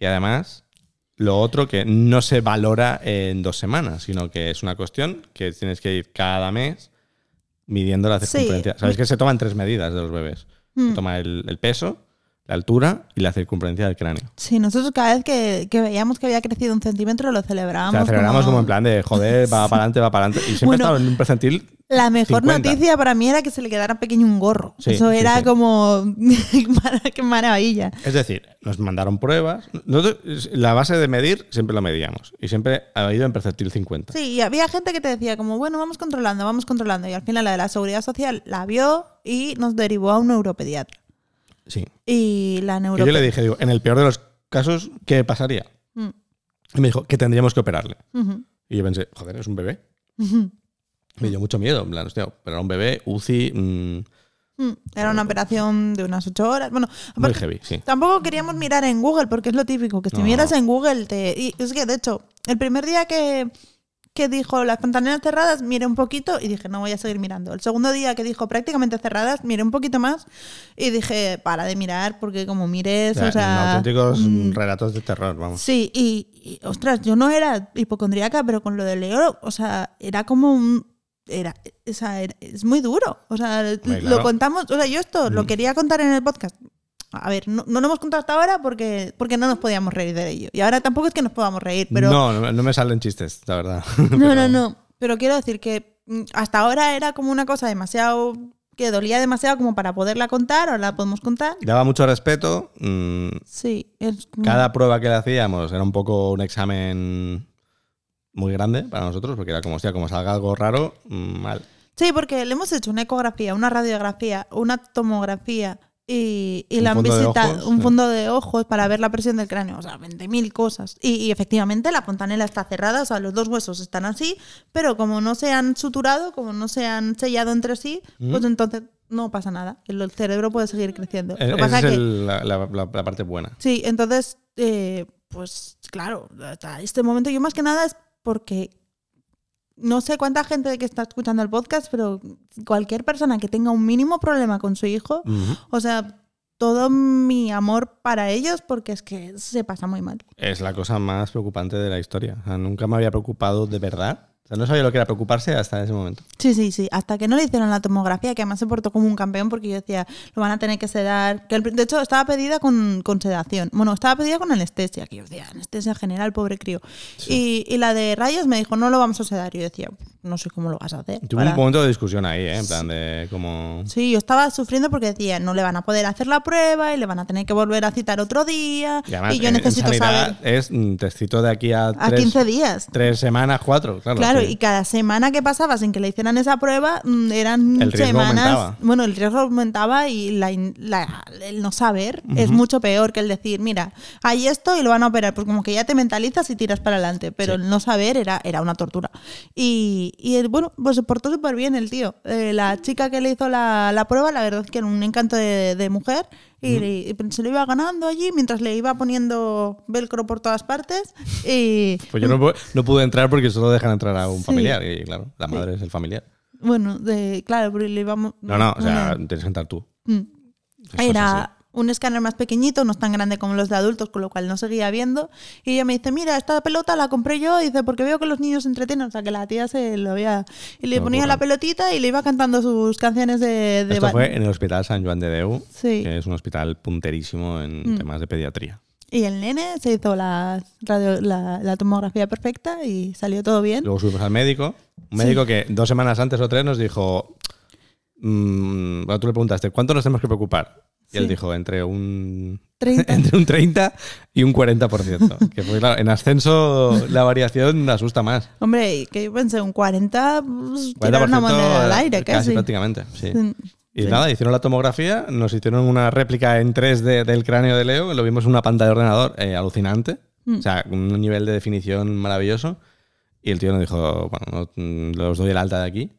S1: y además lo otro que no se valora en dos semanas, sino que es una cuestión que tienes que ir cada mes midiendo la
S2: Sí.
S1: circunferencia. Sabes que se toman tres medidas de los bebés. Se
S2: Mm.
S1: toma el, el peso, la altura y la circunferencia del cráneo.
S2: Sí, nosotros cada vez que, que veíamos que había crecido un centímetro lo
S1: O
S2: celebrábamos.
S1: sea, aceleramos como en plan de joder, va para adelante, va para adelante. Y siempre
S2: Bueno,
S1: estaba en un percentil
S2: La mejor
S1: 50.
S2: noticia para mí era que se le quedara pequeño un gorro.
S1: Sí,
S2: Eso
S1: sí,
S2: era
S1: sí.
S2: como. ¡Qué maravilla!
S1: Es decir, nos mandaron pruebas. Nosotros, la base de medir siempre la medíamos y siempre ha ido en percentil 50.
S2: Sí, y había gente que te decía, como, bueno, vamos controlando, vamos controlando. Y al final la de la seguridad social la vio y nos derivó a un neuropediatra.
S1: Sí.
S2: Y la
S1: Y yo le
S2: neuropediatra.
S1: dije, digo, en el peor de los casos, ¿qué pasaría?
S2: Mm.
S1: Y me dijo que tendríamos que operarle. Y yo pensé, joder, es un bebé. Me
S2: Mm.
S1: dio mucho miedo, en plan, hostia, pero era un bebé, UCI, mm,
S2: Era una operación de unas ocho horas. Bueno,
S1: muy
S2: aparte,
S1: heavy, sí.
S2: Tampoco queríamos mirar en Google, porque es lo típico, que si
S1: No.
S2: miras en Google te... Y es que, de hecho, el primer día que, que dijo las pantaneras cerradas, miré un poquito y dije, no voy a seguir mirando. El segundo día que dijo prácticamente cerradas, miré un poquito más y dije, para de mirar, porque como mires, o
S1: O sea,
S2: sea...
S1: auténticos
S2: mm,
S1: relatos de terror, vamos.
S2: Sí, y, y, ostras, yo no era hipocondríaca, pero con lo de Leo, o sea, era como un... Era, o sea, era- es muy duro. O sea,
S1: Hombre,
S2: lo
S1: claro.
S2: contamos, o sea, yo esto lo
S1: Mm.
S2: quería contar en el podcast. A ver, no, no lo hemos contado hasta ahora porque, porque no nos podíamos reír de ello. Y ahora tampoco es que nos podamos reír, pero...
S1: no, no, no me salen chistes, la verdad.
S2: No,
S1: Pero-
S2: no, no. Pero quiero decir que mm, hasta ahora era como una cosa demasiado... que dolía demasiado como para poderla contar, o la podemos contar.
S1: Daba mucho respeto. mm,
S2: Sí, es...
S1: Cada prueba que le hacíamos era un poco un examen muy grande para nosotros, porque era como, hostia, como salga algo raro, mm, mal.
S2: Sí, porque le hemos hecho una ecografía, una radiografía, una tomografía y, y
S1: Un
S2: la han
S1: fondo de
S2: visitado
S1: ojos,
S2: un
S1: sí.
S2: fondo de ojos para ver la presión del cráneo, o sea, 20.000 cosas. Y, y efectivamente la fontanela está cerrada, o sea, los dos huesos están así, pero como no se han suturado, como no se han sellado entre sí,
S1: Mm.
S2: pues entonces no pasa nada. El, el cerebro puede seguir creciendo.
S1: E-
S2: Lo que
S1: Esa
S2: pasa
S1: es
S2: que-
S1: el- la, la- la- la parte buena.
S2: Sí, entonces, eh, pues claro, hasta este momento yo más que nada es porque no sé cuánta gente que está escuchando el podcast, pero cualquier persona que tenga un mínimo problema con su hijo,
S1: Ujú.
S2: o sea, todo mi amor para ellos porque es que se pasa muy mal.
S1: Es la cosa más preocupante de la historia. O sea, nunca me había preocupado de verdad. O sea, no sabía lo que era preocuparse hasta ese momento.
S2: Sí, sí, sí. Hasta que no le hicieron la tomografía, que además se portó como un campeón porque yo decía, lo van a tener que sedar. Que el pri- de hecho, estaba pedida con, con sedación. Bueno, estaba pedida con anestesia, que yo decía, anestesia general, pobre crío. Y, y la de rayos me dijo, no lo vamos a sedar. Yo decía, no sé cómo lo vas a hacer.
S1: Tuve
S2: para-
S1: un momento de discusión ahí, ¿eh? En plan de como...
S2: Sí, yo estaba sufriendo porque decía, no le van a poder hacer la prueba y le van a tener que volver a citar otro día.
S1: Y además,
S2: Y, yo
S1: en- en
S2: necesito
S1: sanidad
S2: saber
S1: Es, mm, te cito de aquí a,
S2: a
S1: tres,
S2: 15 días.
S1: tres semanas, cuatro, claro.
S2: Claro,
S1: sí.
S2: y cada semana que pasaba sin que le hicieran esa prueba mm, eran
S1: El riesgo
S2: semanas.
S1: aumentaba.
S2: Bueno, el riesgo aumentaba y la in- la- el no saber es mucho peor que el decir, mira, hay esto y lo van a operar. Pues como que ya te mentalizas y tiras para adelante, pero el no saber era, era una tortura. Y, y el- bueno, pues se portó súper bien el tío. Eh, la chica que le hizo la, la prueba, la verdad es que era un encanto de, de mujer. Y, y se lo iba ganando allí mientras le iba poniendo velcro por todas partes. Y,
S1: Pues yo no, pu- no pude entrar porque solo dejan entrar a un
S2: Sí.
S1: familiar. Y claro, la madre es el familiar.
S2: Bueno, de, claro, pero le íbamos.
S1: No, no, o sea,
S2: bueno,
S1: tienes que entrar tú.
S2: mm.
S1: Eso es así.
S2: Era un escáner más pequeñito, no es tan grande como los de adultos, con lo cual no seguía viendo. Y ella me dice, mira, esta pelota la compré yo, dice, porque veo que los niños se entretienen. O sea, que la tía se lo había... Y le
S1: No,
S2: ponía
S1: burra.
S2: la pelotita y le iba cantando sus canciones de... de
S1: Esto
S2: ba-
S1: fue en el Hospital San Juan de Deu,
S2: Sí. Mm.
S1: que es un hospital punterísimo en temas de pediatría.
S2: Y el nene se hizo la, radio- la, la tomografía perfecta y salió todo bien.
S1: Luego subimos al médico, un médico que dos semanas antes o tres nos dijo, mm, bueno, tú le preguntaste, ¿cuánto nos tenemos que preocupar? Y él
S2: Sí.
S1: dijo, entre un,
S2: 30.
S1: entre un 30 y un 40%. que pues, claro, en ascenso la variación asusta más.
S2: Hombre, y que yo pensé, un 40...
S1: 40%
S2: Pues, tirar una moneda al aire, casi.
S1: prácticamente, sí.
S2: Sí.
S1: Y nada, hicieron la tomografía, nos hicieron una réplica en 3D del cráneo de Leo, lo vimos en una pantalla de ordenador eh, alucinante,
S2: Mm.
S1: o sea, un nivel de definición maravilloso. Y el tío nos dijo, bueno, no- mm, os doy el alta de aquí.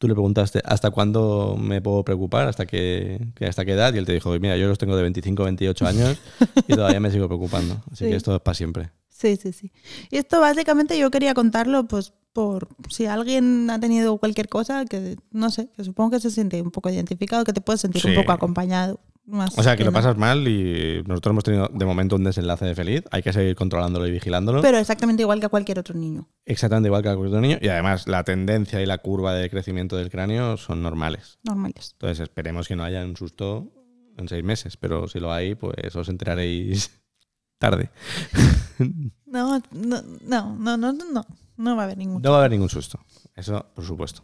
S1: Tú le preguntaste, ¿hasta cuándo me puedo preocupar? ¿Hasta qué, que- hasta qué edad? Y él te dijo, mira, yo los tengo de 25, 28 años y todavía me sigo preocupando. Así
S2: Sí.
S1: que esto es para siempre.
S2: Sí, sí, sí. Y esto básicamente yo quería contarlo, pues, por si alguien ha tenido cualquier cosa, que no sé, que supongo que se siente un poco identificado, que te puedes sentir un
S1: Sí.
S2: poco acompañado. Más
S1: O sea, que lo
S2: no.
S1: pasas mal y nosotros hemos tenido de momento un desenlace de feliz. Hay que seguir controlándolo y vigilándolo.
S2: Pero exactamente igual que a cualquier otro niño.
S1: Exactamente igual que la curva de niño. Y además, la tendencia y la curva de crecimiento del cráneo son normales.
S2: Normales.
S1: Entonces, esperemos que no haya un susto en seis meses. Pero si lo hay, pues os enteraréis tarde.
S2: No, no, no, no, no, no, no va a haber ningún.
S1: No va a haber ningún susto. Eso, por supuesto.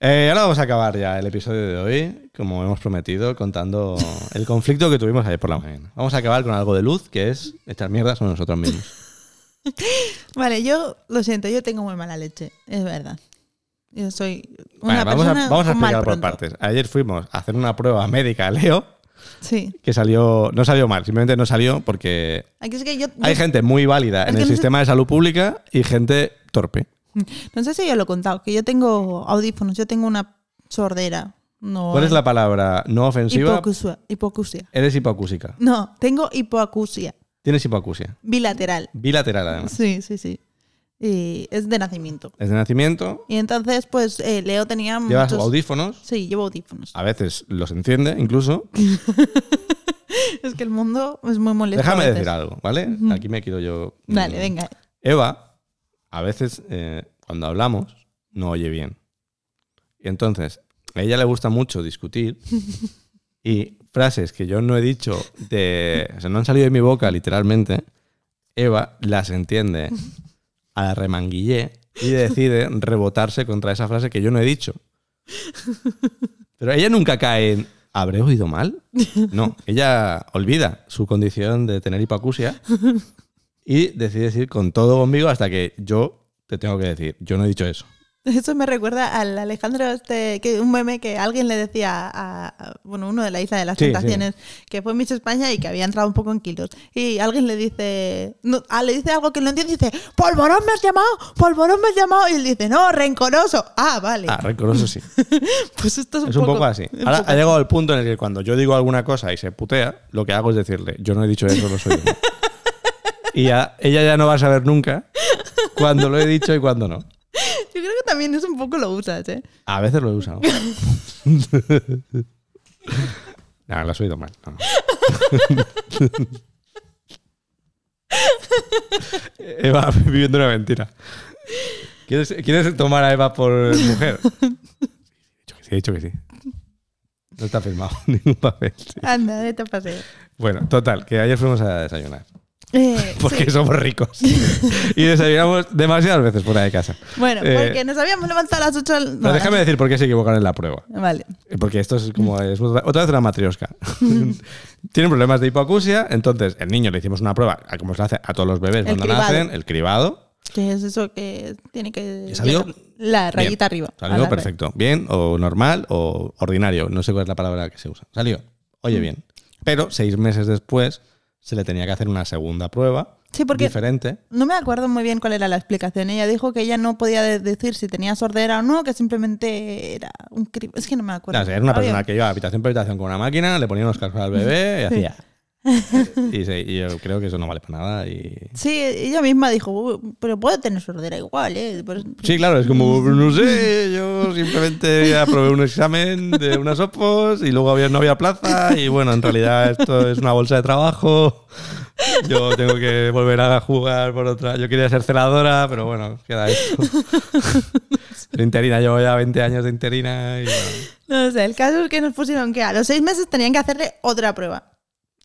S1: Eh, ahora vamos a acabar ya el episodio de hoy, como hemos prometido, contando el conflicto que tuvimos ayer por la mañana. Vamos a acabar con algo de luz, que es echar mierda sobre nosotros mismos.
S2: Vale, yo lo siento, yo tengo muy mala leche, es verdad. Yo soy
S1: Vale,
S2: una
S1: vamos,
S2: persona
S1: a, vamos a
S2: con mal
S1: explicar por
S2: pronto.
S1: partes. Ayer fuimos a hacer una prueba médica a Leo.
S2: Sí.
S1: que salió, no salió mal, simplemente no salió porque
S2: Aquí es que yo,
S1: hay
S2: yo-
S1: gente muy válida
S2: Es
S1: en
S2: que
S1: el
S2: no sé-
S1: sistema de salud pública y gente torpe.
S2: no sé si yo lo he contado, que yo tengo audífonos, yo tengo una sordera. No, eh,
S1: ¿Cuál es la palabra no ofensiva?
S2: Hipoacusia. hipoacusia.
S1: Eres hipocúsica.
S2: No, tengo hipoacusia.
S1: Tienes hipoacusia.
S2: Bilateral.
S1: Bilateral, además.
S2: Sí, sí, sí. Y es de nacimiento.
S1: Desde nacimiento
S2: Y entonces, pues, eh, Leo tenía
S1: llevas
S2: muchos...
S1: audífonos,
S2: Sí, llevo audífonos.
S1: a veces los enciende incluso.
S2: Es que el mundo es muy molesto.
S1: Déjame
S2: a veces.
S1: decir algo, ¿vale? Aquí me quedo yo. mm,
S2: Dale, venga.
S1: Eva, a veces eh, cuando hablamos, no oye bien. Y entonces, a ella le gusta mucho discutir y frases que yo no he dicho, de, o sea, no han salido de mi boca literalmente, Eva las entiende a la remanguillé y decide rebotarse contra esa frase que yo no he dicho. Pero ella nunca cae en, ¿habré oído mal? No, ella olvida su condición de tener hipacusia y decides ir con todo conmigo hasta que yo te tengo que decir, yo no he dicho eso.
S2: Eso me recuerda al Alejandro, este, que un meme que alguien le decía a, a- bueno, uno de la Isla de las
S1: Sí,
S2: Tentaciones, que fue Miss España y que había entrado un poco en kilos. Y alguien le dice, no, ah, le dice algo que no entiende y dice, polvorón me has llamado, polvorón me has llamado. Y él dice, no, rencoroso. Ah, vale.
S1: Ah, rencoroso sí.
S2: Pues esto es un,
S1: Es un poco así.
S2: un
S1: Ahora
S2: poco
S1: ha llegado el punto en el que cuando yo digo alguna cosa y se putea, lo que hago es decirle, yo no he dicho eso, no soy yo. Y ya- ella ya no va a saber nunca cuándo lo he dicho y cuándo no.
S2: Yo creo que también es un poco lo usas, ¿eh?
S1: A veces lo he usado. No, lo has oído mal. no. Eva viviendo una mentira. ¿Quieres, quieres tomar a Eva por mujer? Sí, he dicho que sí. he dicho que sí. No está firmado ningún papel.
S2: Anda, vete a paseo.
S1: Bueno, total, que ayer fuimos a desayunar.
S2: Eh,
S1: Porque
S2: sí.
S1: somos ricos. Y desayunamos demasiadas veces fuera de casa.
S2: Bueno,
S1: Eh,
S2: porque nos habíamos levantado a las 8 del...
S1: pero déjame decir por qué se equivocaron en la prueba.
S2: Vale.
S1: Eh, Porque esto es
S2: Mm.
S1: como es otra otra vez una matriosca. Tienen problemas de hipoacusia, entonces el niño le hicimos una prueba, a como se le hace a todos los bebés
S2: El
S1: cuando
S2: cribado.
S1: nacen, el cribado.
S2: ¿Qué es eso que tiene que...
S1: ¿Y salió?
S2: llegar La
S1: Bien.
S2: rayita arriba. a
S1: Salió
S2: la ra-
S1: perfecto. Bien, o normal, o ordinario. No sé cuál es la palabra que se usa. Salió.
S2: Mm.
S1: Oye, bien. Pero seis meses después se le tenía que hacer una segunda prueba
S2: Sí, porque-
S1: diferente.
S2: No me acuerdo muy bien cuál era la explicación. Ella dijo que ella no podía de- decir si tenía sordera o no, que simplemente era un cri... Es que no me acuerdo.
S1: No, o sea, era una
S2: Había-
S1: persona que iba habitación por habitación con una máquina, le ponía unos cascos al bebé y hacía. Y, sí, y yo creo que eso no vale para nada. Y...
S2: Sí, ella misma dijo, "Uh, pero puedo tener sordera igual, ¿eh? Pero-
S1: Sí, claro, es como, no sé, yo simplemente aprobé un examen de unas opos y luego había, no había plaza y bueno, en realidad esto es una bolsa de trabajo. Yo tengo que volver a jugar por otra. Yo quería ser celadora, pero bueno, queda esto. Pero interina, llevo ya 20 años de interina y bueno.
S2: No sé, el caso es que nos pusieron que a los seis meses tenían que hacerle otra prueba.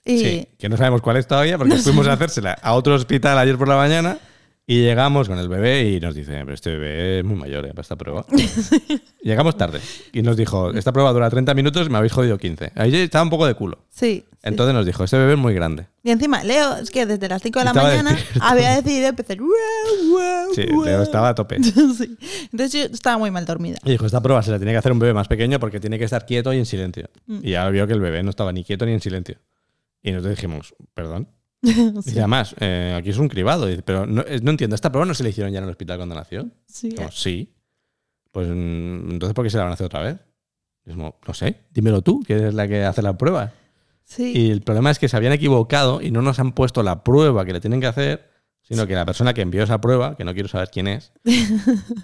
S2: Y
S1: Sí, que no sabemos cuál es todavía porque fuimos a hacérsela a otro hospital ayer por la mañana y llegamos con el bebé y nos dice, pero este bebé es muy mayor ya para esta prueba. llegamos tarde y nos dijo, esta prueba dura 30 minutos y me habéis jodido 15. Ahí estaba un poco de culo.
S2: sí.
S1: Entonces nos dijo, este bebé es muy grande.
S2: Y encima, Leo, es que desde las 5 de la
S1: Estaba
S2: mañana
S1: despierto.
S2: había decidido empezar. "Guau, guau,
S1: Sí,
S2: guau".
S1: Leo estaba a tope.
S2: Sí. Entonces yo estaba muy mal dormida.
S1: Y dijo, esta prueba se la tenía que hacer un bebé más pequeño porque tiene que estar quieto y en silencio. Y ahora vio que el bebé no estaba ni quieto ni en silencio. Y nosotros dijimos, perdón. Y además, eh, aquí es un cribado. Dice, pero no, eh, no entiendo, ¿esta prueba no se le hicieron ya en el hospital cuando nació?
S2: Sí.
S1: Como, sí. Pues mm, entonces, ¿por qué se la van a hacer otra vez? Es como, no sé, dímelo tú, que eres la que hace la prueba.
S2: sí.
S1: Y el problema es que se habían equivocado y no nos han puesto la prueba que le tienen que hacer, sino que la persona que envió esa prueba, que no quiero saber quién es,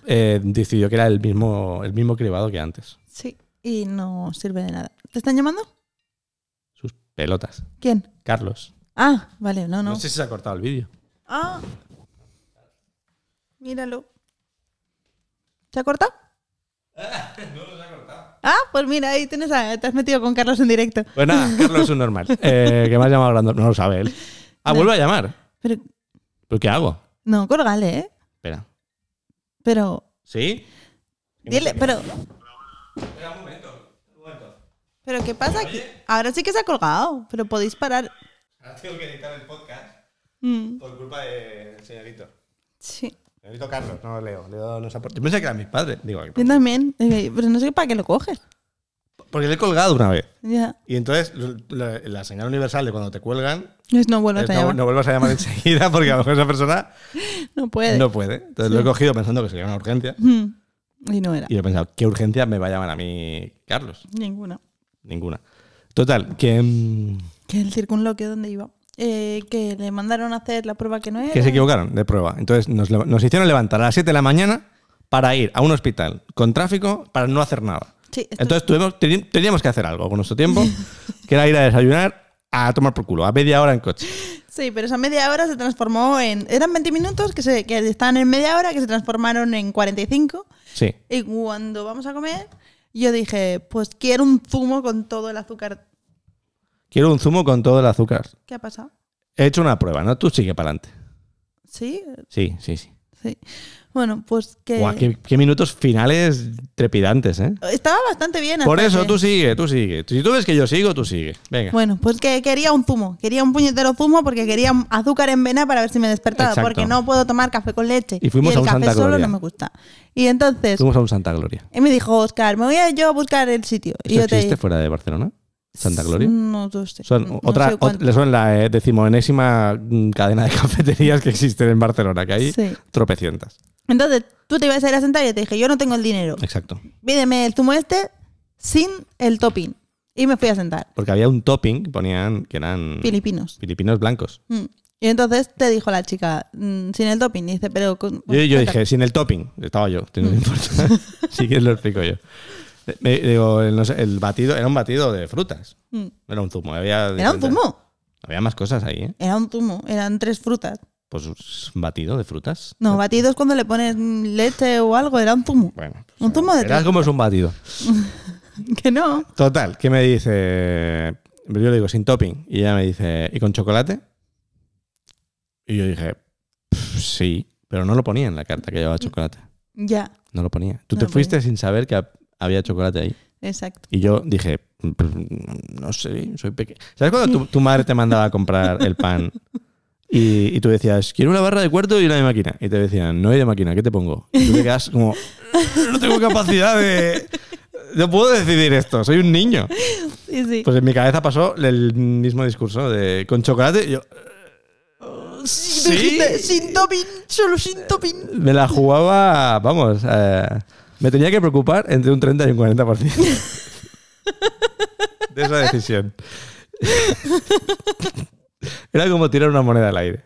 S1: eh, decidió que era el mismo, el mismo cribado que antes.
S2: Sí. Y no sirve de nada. ¿Te están llamando?
S1: Sus pelotas.
S2: ¿Quién?
S1: Carlos.
S2: Ah, vale, no, no.
S1: No, sé si se ha cortado el vídeo.
S2: Ah. Míralo. ¿Se ha cortado? Ah, pues mira, ahí tienes a- te has metido con Carlos en directo.
S1: Pues nada, Carlos es un normal. Eh, que me ha llamado Grandor- No lo sabe él. Ah, vuelve a llamar.
S2: Pero,
S1: ¿Pero qué hago?
S2: no, colgale, ¿eh?
S1: Espera.
S2: Pero,
S1: ¿Sí?
S2: dile, pero... Pero ¿qué pasa aquí? Ahora sí que se ha colgado, pero podéis parar.
S1: Ahora tengo que editar el podcast.
S2: Mm,
S1: Por culpa del señorito.
S2: sí.
S1: Señorito Carlos, no Leo. Leo no se aporta. Yo pensé que eran mis padres. Digo,
S2: Yo también, eh, pero no sé para qué lo coges.
S1: porque le he colgado una vez.
S2: Ya.
S1: Y entonces lo- lo- la señal universal de cuando te cuelgan,
S2: Es no vuelvas
S1: es
S2: a
S1: no,
S2: llamar.
S1: no vuelvas a llamar enseguida porque a lo mejor esa persona
S2: No puede.
S1: no puede. Entonces lo he cogido pensando que sería una urgencia.
S2: Mm, Y no era.
S1: Y he pensado, ¿qué urgencia me va a llamar a mí Carlos?
S2: Ninguna.
S1: Ninguna. Total, que, mm,
S2: Que el circunloquio donde iba. Eh, que le mandaron a hacer la prueba que no era.
S1: que se equivocaron de prueba. Entonces nos, le- nos hicieron levantar a las 7 de la mañana para ir a un hospital con tráfico para no hacer nada.
S2: Sí, esto-
S1: Entonces tuvimos- teni- teníamos que hacer algo con nuestro tiempo, que era ir a desayunar, a tomar por culo, a media hora en coche.
S2: sí, pero esa media hora se transformó en. Eran 20 minutos que, se, que estaban en media hora, que se transformaron en 45.
S1: Sí.
S2: Y cuando vamos a comer, yo dije, pues quiero un zumo con todo el azúcar.
S1: Quiero un zumo con todo el azúcar.
S2: ¿Qué ha pasado?
S1: He hecho una prueba, ¿no? Tú sigue para adelante.
S2: Sí,
S1: Sí, sí, sí.
S2: sí. Bueno, pues que.
S1: Guau, qué, qué minutos finales trepidantes, ¿eh?
S2: Estaba bastante bien.
S1: Por
S2: hasta
S1: eso,
S2: que-
S1: tú sigue, tú sigue. Si tú ves que yo sigo, tú sigue. Venga.
S2: Bueno, pues que quería un zumo, quería un puñetero zumo porque quería un azúcar en vena para ver si me despertaba,
S1: Exacto.
S2: porque no puedo tomar café con leche.
S1: Y fuimos
S2: el
S1: a un
S2: café
S1: Santa
S2: solo
S1: Gloria.
S2: no me gusta. Y entonces,
S1: Fuimos a un Santa Gloria.
S2: y me dijo Oscar, me voy a yo a buscar el sitio. Y
S1: ¿Esto
S2: yo te
S1: existe fuera de Barcelona? ¿Santa Gloria?
S2: No, lo sé.
S1: Son
S2: No
S1: otra,
S2: sé
S1: ot-
S2: cuánto.
S1: son la eh, decimoenésima mm, cadena de cafeterías que existen en Barcelona, que hay
S2: Sí.
S1: tropecientas.
S2: Entonces, tú te ibas a ir a sentar y yo te dije, yo no tengo el dinero.
S1: Exacto.
S2: Pídeme el zumo este sin el topping. Y me fui a sentar.
S1: Porque había un topping que ponían que eran
S2: Filipinos.
S1: filipinos blancos.
S2: Mm. Y entonces te dijo la chica, mm, sin el topping. Y dice, pero. con-
S1: Yo, yo
S2: saca-
S1: dije, sin el topping. Estaba yo, no
S2: Mm.
S1: me importa. sí que lo explico yo. Me- digo, el- no sé, el batido era un batido de frutas.
S2: Mm.
S1: No era un zumo. Había
S2: Era un
S1: diferentes-
S2: zumo.
S1: Había más cosas ahí, ¿eh?
S2: Era un zumo, eran tres frutas.
S1: Pues un batido de frutas.
S2: No, batidos cuando le pones mm, leche o algo, era un zumo.
S1: Bueno.
S2: Un zumo de
S1: Verás
S2: tres.
S1: cómo es un batido.
S2: Que no.
S1: Total, ¿qué me dice? Yo le digo, sin topping. Y ella me dice, ¿y con chocolate? Y yo dije, "Pff, sí, pero no lo ponía en la carta que llevaba chocolate.
S2: Ya,
S1: No lo ponía. Tú
S2: No
S1: te
S2: lo ponía.
S1: fuiste sin saber que había chocolate ahí.
S2: exacto.
S1: Y yo dije, "Mm, no sé, soy pequeño. ¿Sabes cuando tu, tu madre te mandaba a comprar el pan y, y tú decías, quiero una barra de cuarto y una de máquina? Y te decían, no hay de máquina, ¿qué te pongo? Y tú te quedas como, no tengo capacidad de... No puedo decidir esto, soy un niño.
S2: Sí, sí.
S1: Pues en mi cabeza pasó el mismo discurso de con chocolate. y yo, "Oh,
S2: Y
S1: sí, Eh,
S2: tú dijiste, sin topping, solo sin topping.
S1: me la jugaba, vamos, eh, me tenía que preocupar entre un 30 y un 40% de esa decisión. Era como tirar una moneda al aire.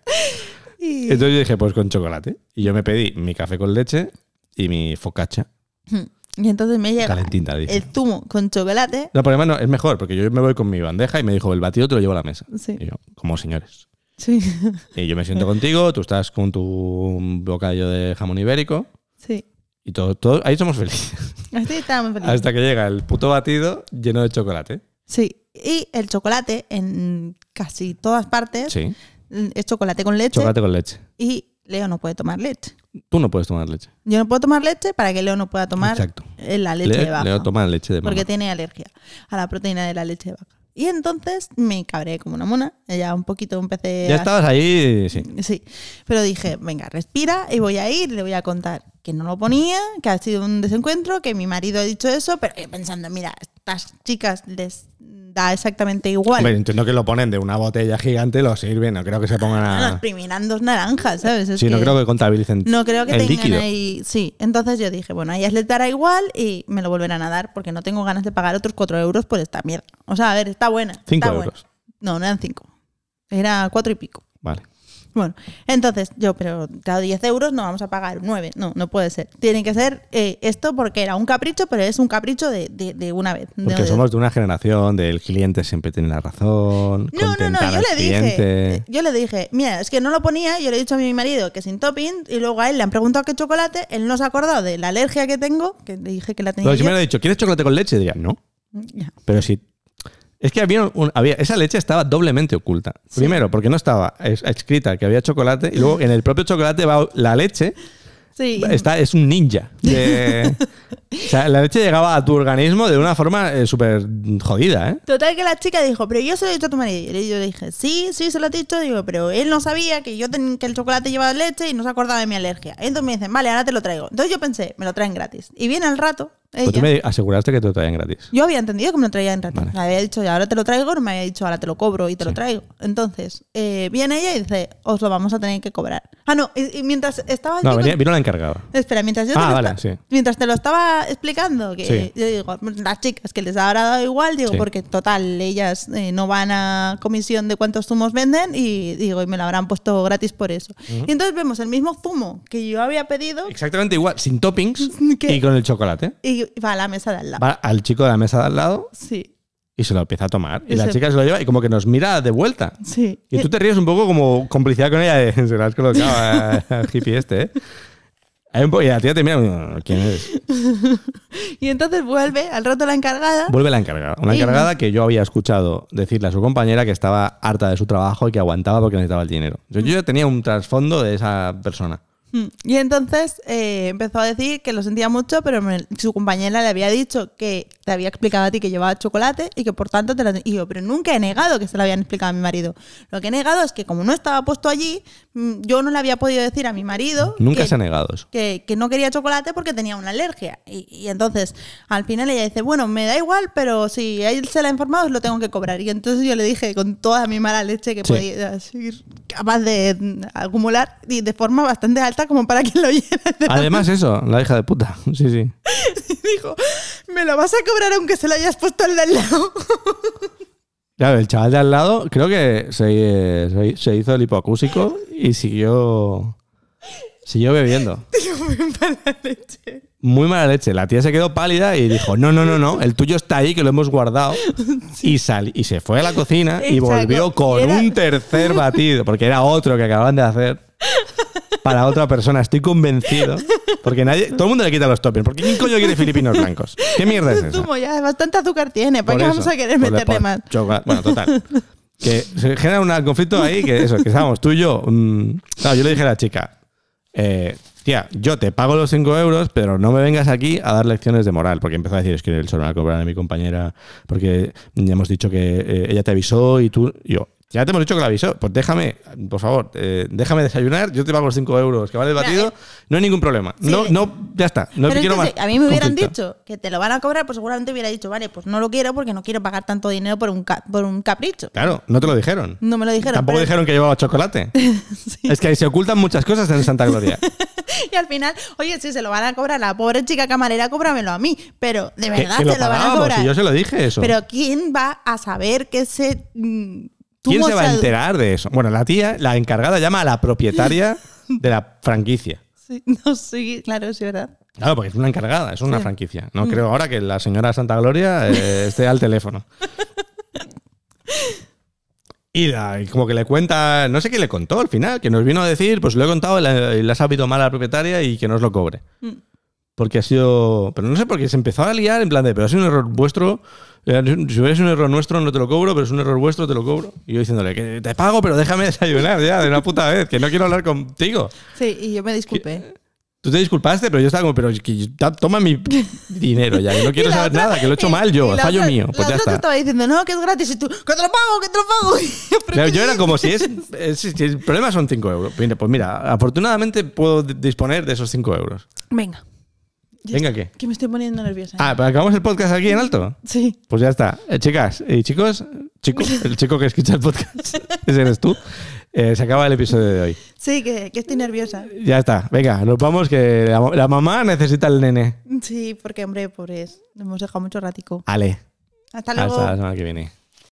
S2: Y-
S1: Entonces yo dije, pues con chocolate. Y yo me pedí mi café con leche y mi focacha.
S2: Y entonces me llega
S1: Calentita, dice.
S2: el zumo con chocolate.
S1: No, pero además no, es mejor, porque yo me voy con mi bandeja y me dijo, el batido te lo llevo a la mesa.
S2: Sí.
S1: Y yo, como señores.
S2: Sí,
S1: Y yo me siento contigo, tú estás con tu bocadillo de jamón ibérico
S2: sí.
S1: y todo, todo ahí somos felices.
S2: Así estaba muy feliz.
S1: Hasta que llega el puto batido lleno de chocolate.
S2: Sí. Y el chocolate en casi todas partes
S1: Sí,
S2: es chocolate con leche.
S1: chocolate con leche.
S2: Y Leo no puede tomar leche.
S1: Tú no puedes tomar leche.
S2: Yo no puedo tomar leche para que Leo no pueda tomar
S1: Exacto.
S2: eh, la leche
S1: Leo-
S2: de vaca.
S1: Leo toma leche de mamá.
S2: porque tiene alergia a la proteína de la leche de vaca. Y entonces me cabré como una mona. Ya un poquito empecé
S1: Ya
S2: a-
S1: estabas ahí, sí.
S2: Sí, pero dije, venga, respira y voy a ir, le voy a contar que no lo ponía, que ha sido un desencuentro, que mi marido ha dicho eso, pero yo pensando, mira, estas chicas les da exactamente igual.
S1: Hombre, entiendo que lo ponen de una botella gigante, lo sirven, no creo que se pongan
S2: Nos
S1: a...
S2: exprimirán dos naranjas, ¿sabes? Ah, Es
S1: Sí, no
S2: que-
S1: creo que contabilicen
S2: no creo que
S1: el
S2: tengan
S1: líquido.
S2: ahí. Sí, entonces yo dije, bueno, a ellas les dará igual y me lo volverán a dar porque no tengo ganas de pagar otros 4 euros por esta mierda. O sea, a ver, está buena. está
S1: Cinco
S2: buena.
S1: euros.
S2: No, no eran 5. Era 4 y pico.
S1: Vale.
S2: Bueno, entonces yo, pero claro, 10 euros no vamos a pagar 9. No, no puede ser. Tiene que ser eh, esto porque era un capricho, pero es un capricho de, de- de una vez. de-
S1: Porque
S2: de-
S1: somos de una generación del cliente siempre tiene la razón.
S2: No, no, no,
S1: contentar
S2: yo
S1: al
S2: le dije,
S1: cliente.
S2: eh, yo le dije, mira, es que no lo ponía, yo le he dicho a mi marido que sin topping, y luego a él le han preguntado qué chocolate, él no se ha acordado de la alergia que tengo, que le dije que la tenía.
S1: Pero si
S2: yo.
S1: me hubiera dicho, ¿quieres chocolate con leche? Diría, no.
S2: Ya,
S1: Pero si. Es que había, un- había- esa leche estaba doblemente oculta. Primero, porque no estaba es- escrita que había chocolate, y luego en el propio chocolate va la leche.
S2: Sí,
S1: Está, es un ninja. de- o sea, la leche llegaba a tu organismo de una forma eh, súper jodida, ¿eh?
S2: Total que la chica dijo, pero yo se lo he dicho a tu marido. Y yo le dije, sí, sí, se lo he dicho. Digo, pero él no sabía que yo ten- que el chocolate llevaba leche y no se acordaba de mi alergia. Entonces me dicen, vale, ahora te lo traigo. Entonces yo pensé, me lo traen gratis. Y viene al rato.
S1: Pero Pues tú me
S2: ella-
S1: aseguraste que te lo traían gratis.
S2: Yo había entendido que me lo traían gratis.
S1: Vale.
S2: Me había dicho, ya ahora te lo traigo, no me había dicho, ahora te lo cobro y te lo traigo. Entonces, eh, viene ella y dice, os lo vamos a tener que cobrar. Ah, no, y, y mientras estaba... el
S1: No,
S2: chico-
S1: venía, vino la encargada.
S2: Espera, mientras yo
S1: Ah,
S2: te, lo
S1: vale,
S2: esta-
S1: sí.
S2: mientras te lo estaba explicando, que
S1: Sí.
S2: yo digo, las chicas que les habrá dado igual, digo,
S1: Sí.
S2: porque total, ellas eh, no van a comisión de cuántos zumos venden y digo, y me lo habrán puesto gratis por eso. Y entonces vemos el mismo zumo que yo había pedido
S1: Exactamente igual, sin toppings
S2: Oh. ¿Qué?
S1: y con el chocolate.
S2: y va a la mesa de al lado.
S1: Va al chico de la mesa de al lado
S2: Sí,
S1: y se lo empieza a tomar. Y,
S2: Y
S1: la
S2: se-
S1: chica se lo lleva y como que nos mira de vuelta.
S2: sí.
S1: Y tú te ríes un poco como complicidad con ella de se la has colocado a- al hippie este, ¿eh? Hay un po- y la tía te mira, "Mm, ¿quién es?
S2: Y entonces vuelve al rato la encargada.
S1: Vuelve la encargada. Una
S2: Y-
S1: encargada que yo había escuchado decirle a su compañera que estaba harta de su trabajo y que aguantaba porque necesitaba el dinero. Yo, yo ya tenía un trasfondo de esa persona.
S2: Mm. Y entonces eh, empezó a decir que lo sentía mucho, pero me- su compañera le había dicho que te había explicado a ti que llevaba chocolate y que por tanto te lo... Y yo, pero nunca he negado que se lo habían explicado a mi marido. Lo que he negado es que como no estaba puesto allí, mm, yo no le había podido decir a mi marido
S1: Nunca
S2: que,
S1: se ha negado eso.
S2: que, que no quería chocolate porque tenía una alergia. Y, y entonces al final ella dice, bueno, me da igual, pero si a él se la ha informado, os lo tengo que cobrar. Y entonces yo le dije con toda mi mala leche que
S1: Sí.
S2: podía ser capaz de mm, acumular y de forma bastante alta como para que lo oyera.
S1: Además eso, la hija de puta. Sí, sí.
S2: Y dijo, me lo vas a cobrar aunque se lo hayas puesto al de al lado.
S1: Claro, el chaval de al lado creo que se, eh, se- se hizo el hipoacúsico y siguió, siguió bebiendo.
S2: Mala leche.
S1: Muy mala leche. La tía se quedó pálida y dijo, no, no, no, no, el tuyo está ahí, que lo hemos guardado. Y, sal- y se fue a la cocina y
S2: Exacto.
S1: volvió con
S2: Y era-
S1: un tercer batido, porque era otro que acababan de hacer para otra persona. Estoy convencido. Porque nadie, todo el mundo le quita los toppings. Porque ¿quién coño quiere filipinos blancos? ¿Qué mierda es
S2: Es un
S1: esa?
S2: zumo ya, bastante azúcar tiene. ¿Para
S1: Por
S2: qué
S1: eso.
S2: vamos a querer
S1: Pues le
S2: meterle
S1: pon-
S2: más?
S1: chocolate. Bueno, total. Que se genera un conflicto ahí que eso, que estábamos tú y yo. mm, claro, yo le dije a la chica, eh, tía, yo te pago los 5 euros, pero no me vengas aquí a dar lecciones de moral. Porque empezó a decir, es que él se lo va a cobrar a mi compañera, porque ya hemos dicho que eh, ella te avisó y tú, y yo, Ya te hemos dicho que lo aviso. Pues déjame, por favor, eh, déjame desayunar. Yo te pago los 5 euros que vale el
S2: Mira,
S1: batido.
S2: eh.
S1: no hay ningún problema.
S2: Sí.
S1: No, no, ya está. No
S2: Pero es
S1: quiero
S2: que
S1: más.
S2: si a mí me hubieran
S1: conflicto.
S2: dicho que te lo van a cobrar, pues seguramente hubiera dicho, vale, pues no lo quiero porque no quiero pagar tanto dinero por un, ca- por un capricho.
S1: Claro, no te lo dijeron.
S2: No me lo dijeron.
S1: Tampoco
S2: pero-
S1: dijeron que llevaba chocolate.
S2: Sí.
S1: Es que ahí se ocultan muchas cosas en Santa Gloria.
S2: Y al final, oye, si se lo van a cobrar a la pobre chica camarera, cóbramelo a mí. Pero
S1: que,
S2: de verdad
S1: que
S2: se
S1: lo
S2: lo van a
S1: pagábamos
S2: cobrar.
S1: y yo se lo dije eso.
S2: Pero ¿quién va a saber que ese... mm,
S1: ¿Quién
S2: tubo
S1: se va a
S2: ha-
S1: enterar de eso? Bueno, la tía, la encargada, llama a la propietaria de la franquicia.
S2: Sí, no, sí, claro, sí, ¿verdad?
S1: Claro, porque es una encargada, es una franquicia. No creo ahora que la señora Santa Gloria eh, esté al teléfono. Y, la- y como que le cuenta, no sé qué le contó al final, que nos vino a decir, pues lo he contado y la- y le ha sabido mal a la propietaria y que nos lo cobre.
S2: Mm.
S1: Porque ha sido. Pero no sé, porque se empezó a liar en plan de, pero ha sido un error vuestro. eh, Si hubiera sido un error nuestro, no te lo cobro, pero es un error vuestro, te lo cobro. Y yo diciéndole, que te pago, pero déjame desayunar ya, de una puta vez, que no quiero hablar contigo.
S2: Sí, y yo me disculpé.
S1: Tú te disculpaste, pero yo estaba como, pero es que yo- ta- toma mi dinero ya, que no quiero
S2: Y la
S1: saber
S2: otra-
S1: nada, que lo he hecho
S2: y-
S1: mal yo,
S2: y
S1: el
S2: la
S1: fallo
S2: otra-
S1: mío.
S2: la
S1: Pues ya
S2: otra te
S1: está.
S2: estaba diciendo, no, que es gratis. Y tú, que te lo pago, que te lo pago. Y yo, "¿Pero
S1: Claro,
S2: qué
S1: yo era
S2: dices?".
S1: como si es, es- si el problema son 5 euros. Mira, Pues mira, afortunadamente puedo di- disponer de esos 5 euros.
S2: Venga. Ya
S1: Venga,
S2: está,
S1: ¿qué?
S2: Que me estoy poniendo nerviosa.
S1: Ah, pero acabamos el podcast aquí en alto.
S2: Sí.
S1: Pues ya está. Eh, chicas y chicos, chico, el chico que escucha el podcast, ese eres tú. Eh, se acaba el episodio de hoy.
S2: Sí, que, que estoy nerviosa.
S1: Ya está. Venga, nos vamos que la, la mamá necesita el nene.
S2: Sí, porque, hombre, pobres. Nos pues, hemos dejado mucho ratico.
S1: Ale.
S2: Hasta luego.
S1: Hasta la semana que viene.